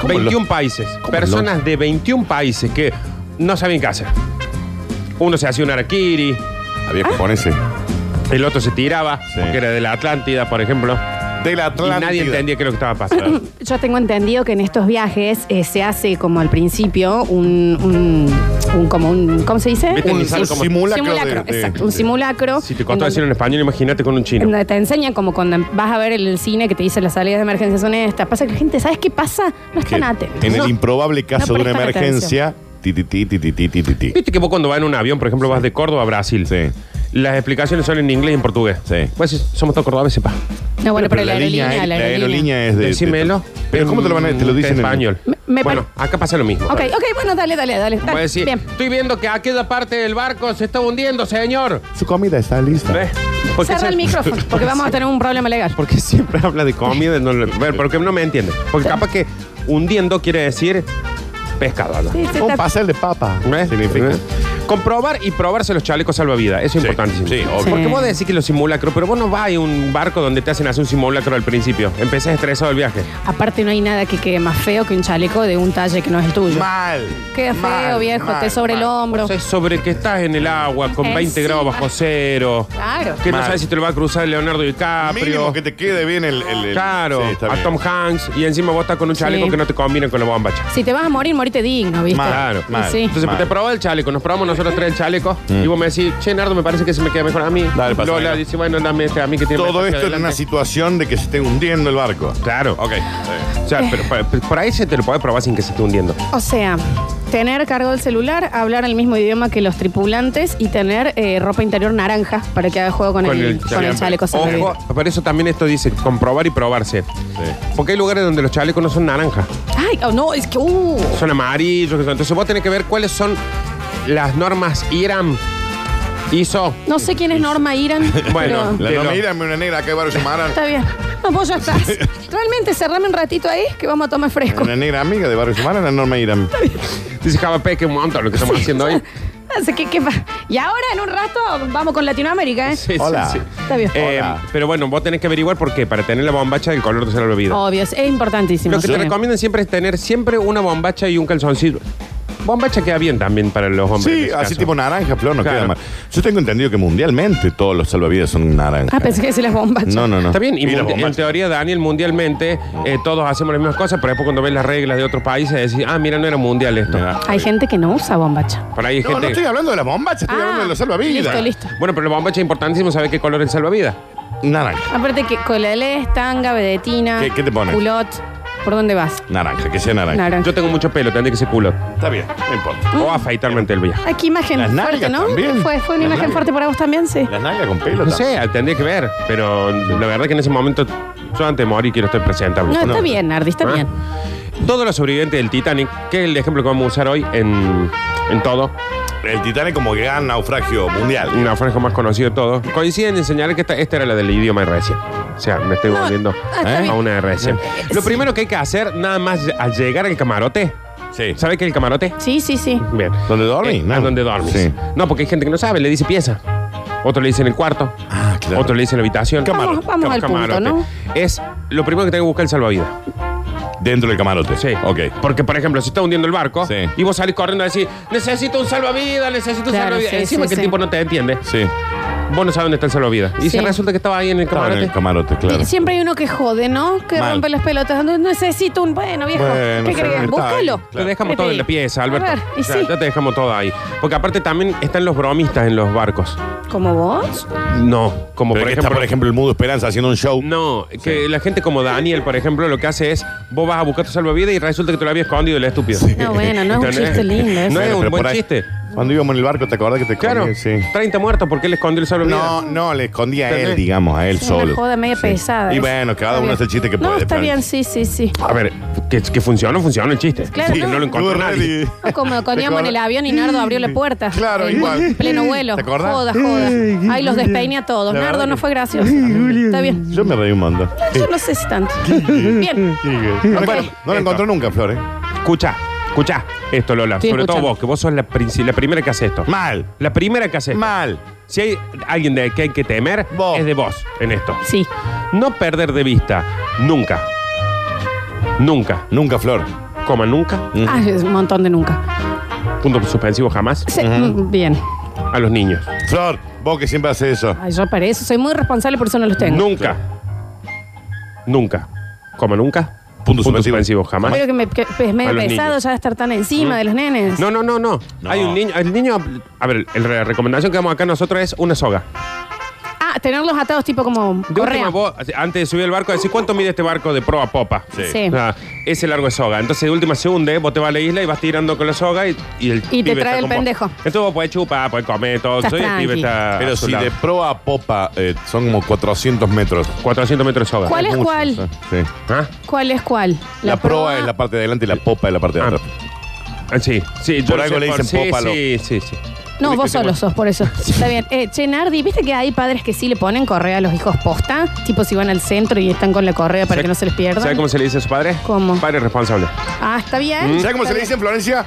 [SPEAKER 2] ¿Cómo
[SPEAKER 4] 21
[SPEAKER 2] lo-
[SPEAKER 4] países.
[SPEAKER 2] cómo
[SPEAKER 4] Personas de 21 países que no sabían qué hacer. Uno se hacía un araquiri,
[SPEAKER 2] Había que ponerse.
[SPEAKER 4] el otro se tiraba,
[SPEAKER 2] Sí.
[SPEAKER 4] que era de la Atlántida, por ejemplo.
[SPEAKER 2] Del Atlántico.
[SPEAKER 4] Y nadie entendía qué es lo que estaba pasando.
[SPEAKER 1] Yo tengo entendido que en estos viajes eh, se hace como al principio un, un- un- como un ¿cómo se dice?
[SPEAKER 4] Vete
[SPEAKER 1] Un
[SPEAKER 4] ni sal-
[SPEAKER 2] Un
[SPEAKER 4] como-
[SPEAKER 2] simulacro.
[SPEAKER 1] simulacro,
[SPEAKER 2] de- de-
[SPEAKER 1] exacto, un
[SPEAKER 2] de-
[SPEAKER 1] simulacro.
[SPEAKER 4] si te costó
[SPEAKER 1] en donde-
[SPEAKER 4] decirlo en español, imagínate con un
[SPEAKER 1] en
[SPEAKER 4] chino.
[SPEAKER 1] donde te enseñan como cuando vas a ver el cine que te dice las salidas de emergencia son estas. Pasa que la gente, ¿sabes qué pasa? No
[SPEAKER 2] que
[SPEAKER 1] están atentos.
[SPEAKER 2] en el
[SPEAKER 1] No.
[SPEAKER 2] improbable caso
[SPEAKER 1] No
[SPEAKER 2] de una
[SPEAKER 1] prestan
[SPEAKER 2] emergencia. Ti, ti, ti, ti, ti, ti, ti, ti, ti.
[SPEAKER 4] Viste que vos cuando vas en un avión, por ejemplo, vas de Córdoba a Brasil.
[SPEAKER 2] Sí.
[SPEAKER 4] Las explicaciones son en inglés y en portugués.
[SPEAKER 2] Sí.
[SPEAKER 4] Pues somos todos cordobeses, pa.
[SPEAKER 1] No, bueno, pero, la aerolínea,
[SPEAKER 2] línea es-
[SPEAKER 1] la
[SPEAKER 2] la
[SPEAKER 1] aerolínea.
[SPEAKER 2] aerolínea es de.
[SPEAKER 4] Decímelo.
[SPEAKER 2] Pero ¿cómo te lo van a te lo dicen
[SPEAKER 4] en español?
[SPEAKER 1] Me- me
[SPEAKER 4] bueno, acá pasa lo mismo.
[SPEAKER 1] Ok, ok, bueno, dale, dale, dale. dale.
[SPEAKER 4] Puedes decir,
[SPEAKER 1] Bien.
[SPEAKER 4] estoy viendo que aquella parte del barco se está hundiendo, señor.
[SPEAKER 2] Su comida está lista.
[SPEAKER 4] ¿Ves? Porque
[SPEAKER 1] Cerra
[SPEAKER 4] se-
[SPEAKER 1] el micrófono, porque vamos a tener un problema legal.
[SPEAKER 4] Porque siempre habla de comida, no lo- bueno, porque no me entiende. Porque capaz que hundiendo quiere decir pescado. ¿no?
[SPEAKER 1] Sí, sí,
[SPEAKER 2] Un
[SPEAKER 1] está-
[SPEAKER 2] pastel de papa.
[SPEAKER 4] ¿Ves?
[SPEAKER 2] Significa.
[SPEAKER 4] ¿Ves? Comprobar y probarse los chalecos salvavidas. Eso es
[SPEAKER 2] Sí,
[SPEAKER 4] importantísimo.
[SPEAKER 2] sí, obvio.
[SPEAKER 4] Porque
[SPEAKER 1] Sí.
[SPEAKER 4] vos decís que los simulacros, pero vos no vas a un barco donde te hacen hacer un simulacro al principio. Empecé estresado el viaje.
[SPEAKER 1] Aparte no hay nada que quede más feo que un chaleco de un talle que no es el tuyo.
[SPEAKER 2] Mal.
[SPEAKER 1] Qué feo,
[SPEAKER 2] mal,
[SPEAKER 1] viejo,
[SPEAKER 2] mal,
[SPEAKER 1] te sobre el
[SPEAKER 2] mal.
[SPEAKER 1] hombro.
[SPEAKER 4] O sea, sobre que estás en el agua con
[SPEAKER 1] Encima.
[SPEAKER 4] 20 grados bajo cero.
[SPEAKER 1] Claro.
[SPEAKER 4] Que no
[SPEAKER 2] Mal.
[SPEAKER 4] sabes si te lo va a cruzar Leonardo
[SPEAKER 2] Mínimo
[SPEAKER 4] DiCaprio.
[SPEAKER 2] que te quede bien el. el- el-
[SPEAKER 4] Claro,
[SPEAKER 2] Sí, está
[SPEAKER 4] a
[SPEAKER 2] bien.
[SPEAKER 4] Tom Hanks. Y encima vos estás con un chaleco
[SPEAKER 1] Sí.
[SPEAKER 4] que no te combina con la bombacha.
[SPEAKER 1] Si te vas a morir, morite digno, ¿viste?
[SPEAKER 2] Mal,
[SPEAKER 4] Claro,
[SPEAKER 2] mal.
[SPEAKER 1] Sí.
[SPEAKER 4] Entonces
[SPEAKER 2] Mal. Mm.
[SPEAKER 4] te probó el chaleco, nos probamos nosotros tres el chaleco y vos me decís, che, Nardo, me parece que se me queda mejor a mí.
[SPEAKER 2] Dale, pasa,
[SPEAKER 4] Lola
[SPEAKER 2] venga.
[SPEAKER 4] dice, bueno, dame este a mí que tiene
[SPEAKER 2] Todo
[SPEAKER 4] mejor que
[SPEAKER 2] esto en una
[SPEAKER 4] adelante.
[SPEAKER 2] situación de que se esté hundiendo el barco.
[SPEAKER 4] Claro.
[SPEAKER 2] Ok. sí.
[SPEAKER 4] O sea, pero, pa- pa- por ahí se te lo podés probar sin que se esté hundiendo.
[SPEAKER 1] O sea, tener cargo del celular, hablar el mismo idioma que los tripulantes y tener eh, ropa interior naranja para que haga juego con, el, con el chaleco. salvavidas.
[SPEAKER 4] Ojo, por eso también esto dice comprobar y probarse. Porque hay lugares donde los chalecos no son naranjas,
[SPEAKER 1] Ay, oh, no, es que... Uh,
[SPEAKER 4] son amarillos. que son- Entonces vos tenés que ver cuáles son las normas IRAM, ISO.
[SPEAKER 1] no sé quién es Norma Irán.
[SPEAKER 4] Bueno,
[SPEAKER 1] pero-
[SPEAKER 2] La
[SPEAKER 4] De lo-
[SPEAKER 2] no mírame una negra, ¿qué barrio llamaran?
[SPEAKER 1] está bien. No, vos ya estás. Realmente cerrame un ratito ahí que vamos a tomar fresco.
[SPEAKER 2] Una negra amiga de Barrio Sumana, la Norma Irán.
[SPEAKER 4] Dice Javapé, que un montón lo que estamos haciendo hoy.
[SPEAKER 1] Así que, ¿qué va? Y ahora en un rato vamos con Latinoamérica, ¿eh?
[SPEAKER 4] Sí, sí,
[SPEAKER 2] Hola.
[SPEAKER 4] sí.
[SPEAKER 1] Está bien.
[SPEAKER 4] Eh,
[SPEAKER 2] Hola.
[SPEAKER 4] pero bueno, vos tenés que averiguar por qué, para tener la bombacha del color de ser olvido.
[SPEAKER 1] Obvio, es importantísimo.
[SPEAKER 4] Lo que te
[SPEAKER 1] sí.
[SPEAKER 4] recomiendan siempre es tener siempre una bombacha y un calzoncillo. Bombacha queda bien también para los hombres. en
[SPEAKER 2] Sí,
[SPEAKER 4] ese
[SPEAKER 2] así
[SPEAKER 4] caso.
[SPEAKER 2] tipo naranja, flor, no
[SPEAKER 4] Claro.
[SPEAKER 2] queda mal. Yo tengo entendido que mundialmente todos los salvavidas son naranja.
[SPEAKER 1] Ah, pensé que decías las bombas.
[SPEAKER 2] No, no, no.
[SPEAKER 4] Está bien, y
[SPEAKER 2] las
[SPEAKER 4] mundi- en
[SPEAKER 2] bombachas.
[SPEAKER 4] teoría, Daniel, mundialmente eh, todos hacemos las mismas cosas, pero después cuando ves las reglas de otros países decís, ah, mira, no era mundial esto.
[SPEAKER 2] Mira.
[SPEAKER 1] Hay gente que no usa bombacha.
[SPEAKER 4] Por ahí hay
[SPEAKER 2] No,
[SPEAKER 4] gente.
[SPEAKER 2] no estoy hablando de las bombachas, estoy
[SPEAKER 1] Ah,
[SPEAKER 2] hablando de los salvavidas.
[SPEAKER 1] Listo, listo.
[SPEAKER 4] Bueno, pero la bombacha es importantísimo saber qué color es el salvavidas.
[SPEAKER 2] Naranja,
[SPEAKER 1] Aparte que colelés, tanga, vedetina.
[SPEAKER 2] ¿Qué- qué te pones?
[SPEAKER 1] Culot. ¿Por dónde vas?
[SPEAKER 2] naranja, que sea naranja.
[SPEAKER 1] Naranja.
[SPEAKER 4] Yo tengo mucho pelo, tendré que ser culo.
[SPEAKER 2] Está bien, no importa.
[SPEAKER 1] Mm.
[SPEAKER 4] O afeitarme ante el viaje.
[SPEAKER 1] Aquí imagen
[SPEAKER 2] Las nalgas
[SPEAKER 1] fuerte, ¿no?
[SPEAKER 2] también.
[SPEAKER 1] Fue, fue una
[SPEAKER 2] Las
[SPEAKER 1] imagen
[SPEAKER 2] nalgas.
[SPEAKER 1] fuerte para vos también, sí.
[SPEAKER 2] Las nalgas con pelo.
[SPEAKER 4] No
[SPEAKER 2] también.
[SPEAKER 4] sé, tendría que ver, pero la verdad que en ese momento yo antes de morir quiero estar presentable.
[SPEAKER 1] No, está
[SPEAKER 2] no.
[SPEAKER 1] bien, Nardi, está
[SPEAKER 4] ¿Ah?
[SPEAKER 1] bien.
[SPEAKER 4] Todos los sobrevivientes del Titanic, que es el ejemplo que vamos a usar hoy en, en todo,
[SPEAKER 2] El Titanic como gran naufragio mundial.
[SPEAKER 4] un naufragio más conocido de todos, coinciden en señalar que esta, esta era la del idioma de recién. O sea, me estoy
[SPEAKER 1] No,
[SPEAKER 4] volviendo
[SPEAKER 1] ah, está
[SPEAKER 4] ¿eh?
[SPEAKER 1] bien. Eh,
[SPEAKER 4] a una de recién. Lo
[SPEAKER 1] sí.
[SPEAKER 4] primero que hay que hacer, nada más al llegar al camarote,
[SPEAKER 2] Sí.
[SPEAKER 4] ¿sabe qué es el camarote?
[SPEAKER 1] Sí, sí, sí.
[SPEAKER 4] Bien.
[SPEAKER 2] ¿Dónde dormí?
[SPEAKER 4] Eh,
[SPEAKER 2] No.
[SPEAKER 4] ¿a ¿Dónde dormís?
[SPEAKER 2] Sí.
[SPEAKER 4] No, porque hay gente que no sabe, le dice pieza. Otro le dice en el cuarto.
[SPEAKER 2] Ah, claro.
[SPEAKER 4] Otro le dice en la habitación.
[SPEAKER 1] Vamos- Camarote. vamos al punto, ¿no?
[SPEAKER 4] Es lo primero que tengo que buscar el salvavidas.
[SPEAKER 2] Dentro del camarote.
[SPEAKER 4] Sí.
[SPEAKER 2] Ok.
[SPEAKER 4] Porque, por ejemplo, si está hundiendo el barco
[SPEAKER 2] Sí.
[SPEAKER 4] y vos salís corriendo a decir, necesito un salvavidas, necesito un
[SPEAKER 1] Claro,
[SPEAKER 4] salvavidas.
[SPEAKER 1] sí,
[SPEAKER 4] Encima
[SPEAKER 1] sí,
[SPEAKER 4] que el
[SPEAKER 1] sí.
[SPEAKER 4] tipo no te entiende.
[SPEAKER 2] Sí.
[SPEAKER 4] Vos no sabes dónde está el salvavidas. Y
[SPEAKER 1] Sí.
[SPEAKER 4] se resulta que estaba ahí en el
[SPEAKER 2] Estaba en
[SPEAKER 4] camarote.
[SPEAKER 2] el camarote, claro.
[SPEAKER 1] Y siempre hay uno que jode, ¿no? Que
[SPEAKER 2] Mal.
[SPEAKER 1] rompe las pelotas. No, necesito un. Bueno, viejo.
[SPEAKER 2] Bueno,
[SPEAKER 1] ¿Qué
[SPEAKER 2] sí,
[SPEAKER 1] crees?
[SPEAKER 2] está ahí.
[SPEAKER 1] Búscalo.
[SPEAKER 4] Te dejamos
[SPEAKER 1] Le
[SPEAKER 4] todo en
[SPEAKER 1] pedí.
[SPEAKER 4] la pieza, Alberto.
[SPEAKER 1] A ver, y
[SPEAKER 4] O sea,
[SPEAKER 1] sí.
[SPEAKER 4] Ya te dejamos todo ahí. Porque aparte también están los bromistas en los barcos.
[SPEAKER 1] ¿Como vos?
[SPEAKER 4] No, como
[SPEAKER 2] Pero
[SPEAKER 4] por
[SPEAKER 2] que
[SPEAKER 4] ejemplo,
[SPEAKER 2] está, por ejemplo, el Mudo Esperanza haciendo un show.
[SPEAKER 4] No, que la gente como Daniel, por ejemplo, lo que hace es, vos vas a buscar tu salvavidas y resulta que te lo había escondido el estúpido.
[SPEAKER 1] No, bueno, no es un
[SPEAKER 4] ¿Entendés?
[SPEAKER 1] chiste lindo.
[SPEAKER 4] No
[SPEAKER 1] ese.
[SPEAKER 4] es
[SPEAKER 2] Bueno,
[SPEAKER 4] un
[SPEAKER 2] pero
[SPEAKER 4] buen
[SPEAKER 2] por ahí-
[SPEAKER 4] chiste.
[SPEAKER 2] Cuando íbamos en el barco, ¿te acordás que te
[SPEAKER 4] Claro,
[SPEAKER 2] escondí? Sí.
[SPEAKER 4] 30 muertos porque él escondió el salvavidas.
[SPEAKER 2] No, no, le escondí a él,
[SPEAKER 4] ¿Entendés?
[SPEAKER 2] digamos, a él
[SPEAKER 1] Es
[SPEAKER 2] solo.
[SPEAKER 1] una joda media pesada.
[SPEAKER 2] Y
[SPEAKER 1] es.
[SPEAKER 2] bueno, cada
[SPEAKER 1] Está
[SPEAKER 2] uno
[SPEAKER 1] bien.
[SPEAKER 2] hace el chiste que
[SPEAKER 1] No,
[SPEAKER 2] puede,
[SPEAKER 1] está
[SPEAKER 2] pero-
[SPEAKER 1] bien, sí, sí, sí.
[SPEAKER 4] A ver, que, que funcionó, funcionó el chiste.
[SPEAKER 1] Claro,
[SPEAKER 4] Sí,
[SPEAKER 1] no.
[SPEAKER 4] no lo encontró
[SPEAKER 2] Estuvo
[SPEAKER 4] nadie.
[SPEAKER 2] ready.
[SPEAKER 1] O como coñamos en el avión y Nardo abrió la puerta.
[SPEAKER 2] Claro,
[SPEAKER 1] En
[SPEAKER 2] igual.
[SPEAKER 1] Pleno vuelo.
[SPEAKER 2] ¿Te acordás?
[SPEAKER 1] Joda, joda. Ahí los despeiné a todos.
[SPEAKER 2] La
[SPEAKER 1] Nardo
[SPEAKER 2] verdad
[SPEAKER 1] no
[SPEAKER 2] que-
[SPEAKER 1] fue gracioso. Está bien.
[SPEAKER 2] Yo me reí un montón.
[SPEAKER 1] Yo no sé si tanto. Bien.
[SPEAKER 2] No, lo
[SPEAKER 4] Ok.
[SPEAKER 2] encont- no lo encontró nunca, Flor, ¿eh?
[SPEAKER 4] Escucha, escucha esto, Lola.
[SPEAKER 1] Estoy
[SPEAKER 4] Sobre
[SPEAKER 1] escuchando.
[SPEAKER 4] todo vos, que vos sos la, princi- la primera que hace esto.
[SPEAKER 2] Mal.
[SPEAKER 4] La primera que hace esto.
[SPEAKER 2] Mal.
[SPEAKER 4] Si hay alguien de que hay que temer,
[SPEAKER 2] Vos.
[SPEAKER 4] es de vos en esto.
[SPEAKER 1] Sí.
[SPEAKER 4] No perder de vista, nunca. Nunca.
[SPEAKER 2] Nunca, Flor.
[SPEAKER 4] Coma nunca.
[SPEAKER 2] Mm.
[SPEAKER 1] Ah, es un montón de nunca.
[SPEAKER 4] Punto suspensivo jamás.
[SPEAKER 1] Sí, mm, Bien.
[SPEAKER 4] A los niños.
[SPEAKER 2] Flor, vos que siempre haces eso.
[SPEAKER 1] Ay, yo para eso soy muy responsable, por eso no los tengo.
[SPEAKER 4] Nunca. Nunca. Coma nunca.
[SPEAKER 2] Punto suspensivo.
[SPEAKER 4] jamás.
[SPEAKER 1] Pero que, me, que pues, es medio
[SPEAKER 4] A los
[SPEAKER 1] pesado
[SPEAKER 4] niños.
[SPEAKER 1] ya estar tan encima de los nenes.
[SPEAKER 4] No, no, no, no,
[SPEAKER 2] Mm. No.
[SPEAKER 4] Hay un niño. El niño. A ver, el- la recomendación que damos acá nosotros es una soga.
[SPEAKER 1] Ah, tenerlos atados tipo como
[SPEAKER 4] De última,
[SPEAKER 1] correa.
[SPEAKER 4] vos, antes de subir al barco, decís cuánto mide este barco de proa a popa.
[SPEAKER 2] Sí.
[SPEAKER 1] Sí.
[SPEAKER 4] O sea, ese largo es soga. Entonces, de última se hunde, vos te vas a la isla y vas tirando con la soga y, y el
[SPEAKER 1] Y te
[SPEAKER 4] pibe
[SPEAKER 1] trae
[SPEAKER 4] está
[SPEAKER 1] el
[SPEAKER 4] con vos.
[SPEAKER 1] pendejo.
[SPEAKER 4] Entonces vos podés chupar, podés comer, todo
[SPEAKER 1] Estás
[SPEAKER 4] eso. Y el pibe
[SPEAKER 1] tranqui.
[SPEAKER 4] está. a
[SPEAKER 2] Pero
[SPEAKER 4] su
[SPEAKER 2] si
[SPEAKER 4] lado.
[SPEAKER 2] de proa a popa eh, son como 400 metros.
[SPEAKER 4] 400 metros de soga.
[SPEAKER 1] ¿Cuál es
[SPEAKER 2] Mucho,
[SPEAKER 1] cuál?
[SPEAKER 2] Sí.
[SPEAKER 4] ¿Ah?
[SPEAKER 1] ¿Cuál es cuál?
[SPEAKER 2] La, proa, es la parte de adelante y la popa es la parte de
[SPEAKER 4] Ah.
[SPEAKER 2] atrás.
[SPEAKER 4] Ah, Sí, sí. yo
[SPEAKER 2] Por
[SPEAKER 4] no
[SPEAKER 2] algo
[SPEAKER 4] sé
[SPEAKER 2] le dicen
[SPEAKER 4] sí,
[SPEAKER 2] pópalo.
[SPEAKER 4] Sí, sí, sí.
[SPEAKER 1] No, vos solo sos, por eso. Está bien. Eh, che, Nardi, ¿viste que hay padres que sí le ponen correa a los hijos posta? Tipo si van al centro y están con la correa para
[SPEAKER 4] ¿Sabe-
[SPEAKER 1] que no se les pierda.
[SPEAKER 4] ¿Sabe cómo Mm. se le dice a su padre?
[SPEAKER 1] ¿Cómo?
[SPEAKER 4] Padre responsable.
[SPEAKER 1] Ah, está bien.
[SPEAKER 2] ¿Sabes cómo se
[SPEAKER 1] Está
[SPEAKER 2] le dice en Florencia?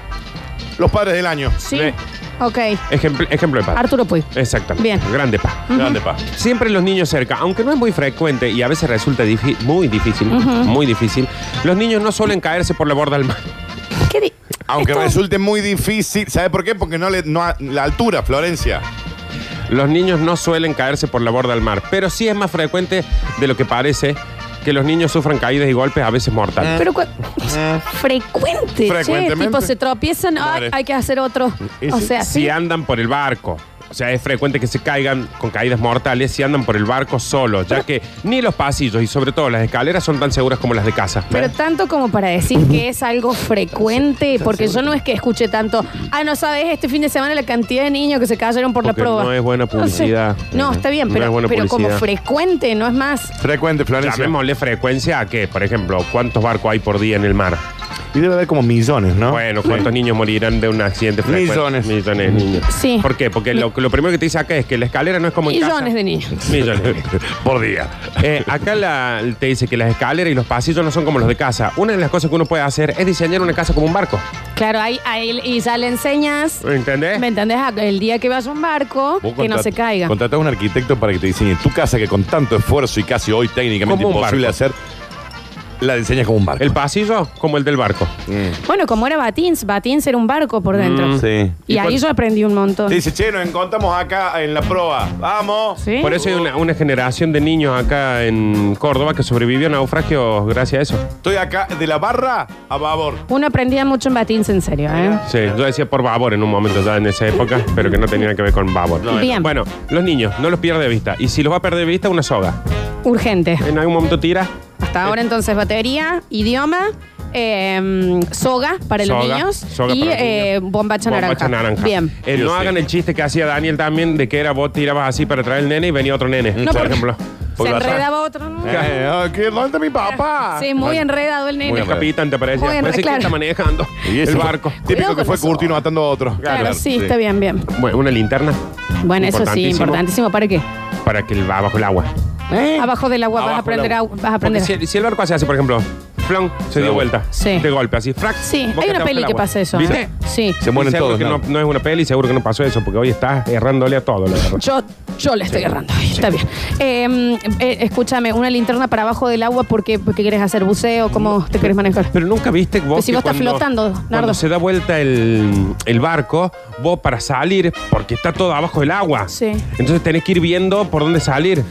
[SPEAKER 2] Los padres del año.
[SPEAKER 1] bien. Sí. Ok.
[SPEAKER 4] Ejempl- ejemplo de padre.
[SPEAKER 1] Arturo Puig.
[SPEAKER 4] Exactamente.
[SPEAKER 1] Bien.
[SPEAKER 4] Grande pa.
[SPEAKER 2] Grande pa.
[SPEAKER 4] Siempre los niños cerca, aunque no es muy frecuente y a veces resulta difi- muy difícil, muy difícil, los niños no suelen caerse por la borda del mar.
[SPEAKER 1] ¿Qué di-
[SPEAKER 2] Aunque
[SPEAKER 1] Esto-
[SPEAKER 2] resulte muy difícil. ¿Sabes por qué? Porque no le. No a- la altura, Florencia.
[SPEAKER 4] Los niños no suelen caerse por la borda del mar, pero sí es más frecuente de lo que parece que los niños sufran caídas y golpes a veces mortales.
[SPEAKER 1] Pero cua- frecuente, che,
[SPEAKER 2] Eh. Frecuentemente.
[SPEAKER 1] tipo se tropiezan, ay,
[SPEAKER 2] Pobre.
[SPEAKER 1] hay que hacer otro.
[SPEAKER 2] Y
[SPEAKER 1] O
[SPEAKER 2] sí.
[SPEAKER 1] sea,
[SPEAKER 4] Si
[SPEAKER 1] sí.
[SPEAKER 4] andan por el barco, o sea, es frecuente que se caigan con caídas mortales si andan por el barco solos, ya que ni los pasillos y sobre todo las escaleras son tan seguras como las de casa.
[SPEAKER 1] Pero tanto como para decir que es algo frecuente, porque yo no es que escuche tanto, ah, no sabes, este fin de semana la cantidad de niños que se cayeron por
[SPEAKER 4] Porque
[SPEAKER 1] la prueba.
[SPEAKER 4] no es buena
[SPEAKER 1] sé.
[SPEAKER 4] publicidad.
[SPEAKER 1] No, está bien,
[SPEAKER 4] No
[SPEAKER 1] pero,
[SPEAKER 4] es buena
[SPEAKER 1] pero como
[SPEAKER 4] publicidad.
[SPEAKER 1] frecuente, no es más.
[SPEAKER 2] Frecuente, Florencia.
[SPEAKER 4] Llamémosle frecuencia a que, por ejemplo, cuántos barcos hay por día en el mar.
[SPEAKER 2] Y debe haber como millones, ¿no?
[SPEAKER 4] Bueno, ¿cuántos niños morirán de un accidente frecuente?
[SPEAKER 2] Ah, Millones.
[SPEAKER 4] Millones de niños.
[SPEAKER 1] Sí.
[SPEAKER 4] ¿Por qué? Porque lo, lo primero que te dice acá es que la escalera no es como en
[SPEAKER 1] Millones
[SPEAKER 4] casa.
[SPEAKER 1] de niños.
[SPEAKER 4] Millones de niños.
[SPEAKER 2] Por día.
[SPEAKER 4] Eh, acá la- te dice que las escaleras y los pasillos no son como los de casa. Una de las cosas que uno puede hacer es diseñar una casa como un barco.
[SPEAKER 1] Claro, ahí, ahí y ya le enseñas,
[SPEAKER 4] ¿Entendés?
[SPEAKER 1] ¿me entendés? Ah, El día que vas a un barco,
[SPEAKER 2] Vos
[SPEAKER 1] que no
[SPEAKER 2] contrat-
[SPEAKER 1] se caiga.
[SPEAKER 2] Contratás a un arquitecto para que te diseñe tu casa que con tanto esfuerzo y casi hoy técnicamente
[SPEAKER 4] Como un
[SPEAKER 2] imposible
[SPEAKER 4] barco.
[SPEAKER 2] hacer, la diseñas como un barco.
[SPEAKER 4] El pasillo como el del barco.
[SPEAKER 1] Bueno, como era Batins, Batins era un barco por dentro.
[SPEAKER 2] Sí.
[SPEAKER 1] Y,
[SPEAKER 4] Mm, ¿Y
[SPEAKER 1] ahí
[SPEAKER 4] cuál-
[SPEAKER 1] yo aprendí un montón.
[SPEAKER 2] Te dice, che, nos encontramos acá en la proa. Vamos.
[SPEAKER 1] ¿Sí?
[SPEAKER 4] Por eso hay una, una generación de niños acá en Córdoba que sobrevivió a naufragios gracias a eso.
[SPEAKER 2] Estoy acá de la barra a babor.
[SPEAKER 1] Uno aprendía mucho en Batins, en serio, ¿eh?
[SPEAKER 4] Sí, yo decía por babor en un momento ya en esa época, pero que no tenía que ver con babor.
[SPEAKER 1] No, Bien.
[SPEAKER 4] Bueno, los niños, no los pierde de vista. Y si los va a perder de vista, una soga.
[SPEAKER 1] Urgente.
[SPEAKER 4] En algún momento tira.
[SPEAKER 1] Hasta
[SPEAKER 4] Eh,
[SPEAKER 1] ahora entonces batería, idioma, eh, soga para los
[SPEAKER 4] soga,
[SPEAKER 1] niños
[SPEAKER 4] soga
[SPEAKER 1] y
[SPEAKER 4] para los niños.
[SPEAKER 1] eh, bombacha, naranja.
[SPEAKER 4] naranja.
[SPEAKER 1] Bien.
[SPEAKER 4] Eh,
[SPEAKER 2] Dios
[SPEAKER 4] no
[SPEAKER 2] sí.
[SPEAKER 4] hagan el chiste que hacía Daniel también de que era vos tirabas así para traer el nene y venía otro nene,
[SPEAKER 1] No,
[SPEAKER 4] por
[SPEAKER 1] porque-
[SPEAKER 4] ejemplo.
[SPEAKER 1] Se
[SPEAKER 2] Porque vas a-
[SPEAKER 1] enredaba otro. ¿no?
[SPEAKER 2] Eh, ah, ¿qué? ¿Dónde está mi papá?
[SPEAKER 1] Sí, muy enredado el
[SPEAKER 4] Muy
[SPEAKER 1] nene.
[SPEAKER 2] enredado.
[SPEAKER 4] capitán te parecía.
[SPEAKER 1] Bueno,
[SPEAKER 4] Parece Pues
[SPEAKER 1] claro.
[SPEAKER 4] que está manejando
[SPEAKER 2] Y ese
[SPEAKER 4] el
[SPEAKER 2] fue-
[SPEAKER 4] barco.
[SPEAKER 1] Cuidado
[SPEAKER 2] Típico que
[SPEAKER 1] con
[SPEAKER 2] fue
[SPEAKER 1] eso.
[SPEAKER 2] Curtino atando a otro.
[SPEAKER 1] Claro, sí,
[SPEAKER 2] Sí.
[SPEAKER 1] está bien, bien.
[SPEAKER 4] Bueno, una linterna
[SPEAKER 1] Bueno, eso sí,
[SPEAKER 4] Importantísimo.
[SPEAKER 1] importantísimo. ¿Para qué?
[SPEAKER 4] para que el, va bajo el agua.
[SPEAKER 1] Abajo del agua Eh, vas a
[SPEAKER 4] Abajo del
[SPEAKER 1] aprender.
[SPEAKER 4] agua.
[SPEAKER 1] a- Vas a aprender.
[SPEAKER 4] Porque Si, si el barco hace así, por ejemplo, flon, se,
[SPEAKER 2] da
[SPEAKER 4] dio
[SPEAKER 2] vuelta.
[SPEAKER 4] vuelta.
[SPEAKER 1] Sí.
[SPEAKER 4] De golpe, así, frac.
[SPEAKER 1] Sí,
[SPEAKER 4] vos
[SPEAKER 1] hay
[SPEAKER 4] quedás
[SPEAKER 1] una
[SPEAKER 4] bajo
[SPEAKER 1] peli
[SPEAKER 4] el
[SPEAKER 1] que
[SPEAKER 4] agua.
[SPEAKER 1] pasa eso.
[SPEAKER 4] ¿Viste?
[SPEAKER 1] ¿eh? Sí.
[SPEAKER 2] Se
[SPEAKER 4] Y
[SPEAKER 2] mueren
[SPEAKER 4] seguro
[SPEAKER 2] todos.
[SPEAKER 4] que no,
[SPEAKER 2] ¿no?
[SPEAKER 4] no es una peli, seguro que no pasó eso, porque hoy estás errándole a todo, la verdad.
[SPEAKER 1] Yo Yo la estoy agarrando. Está bien. Eh, eh, escúchame, una linterna para abajo del agua porque, porque quieres hacer buceo, ¿cómo te querés manejar?
[SPEAKER 4] Pero nunca viste vos.
[SPEAKER 1] Pues si
[SPEAKER 4] que
[SPEAKER 1] vos estás
[SPEAKER 4] cuando-
[SPEAKER 1] flotando, Nardo.
[SPEAKER 4] Cuando se da vuelta el, el barco, vos para salir, porque está todo abajo del agua.
[SPEAKER 1] Sí.
[SPEAKER 4] Entonces tenés que ir viendo por dónde salir.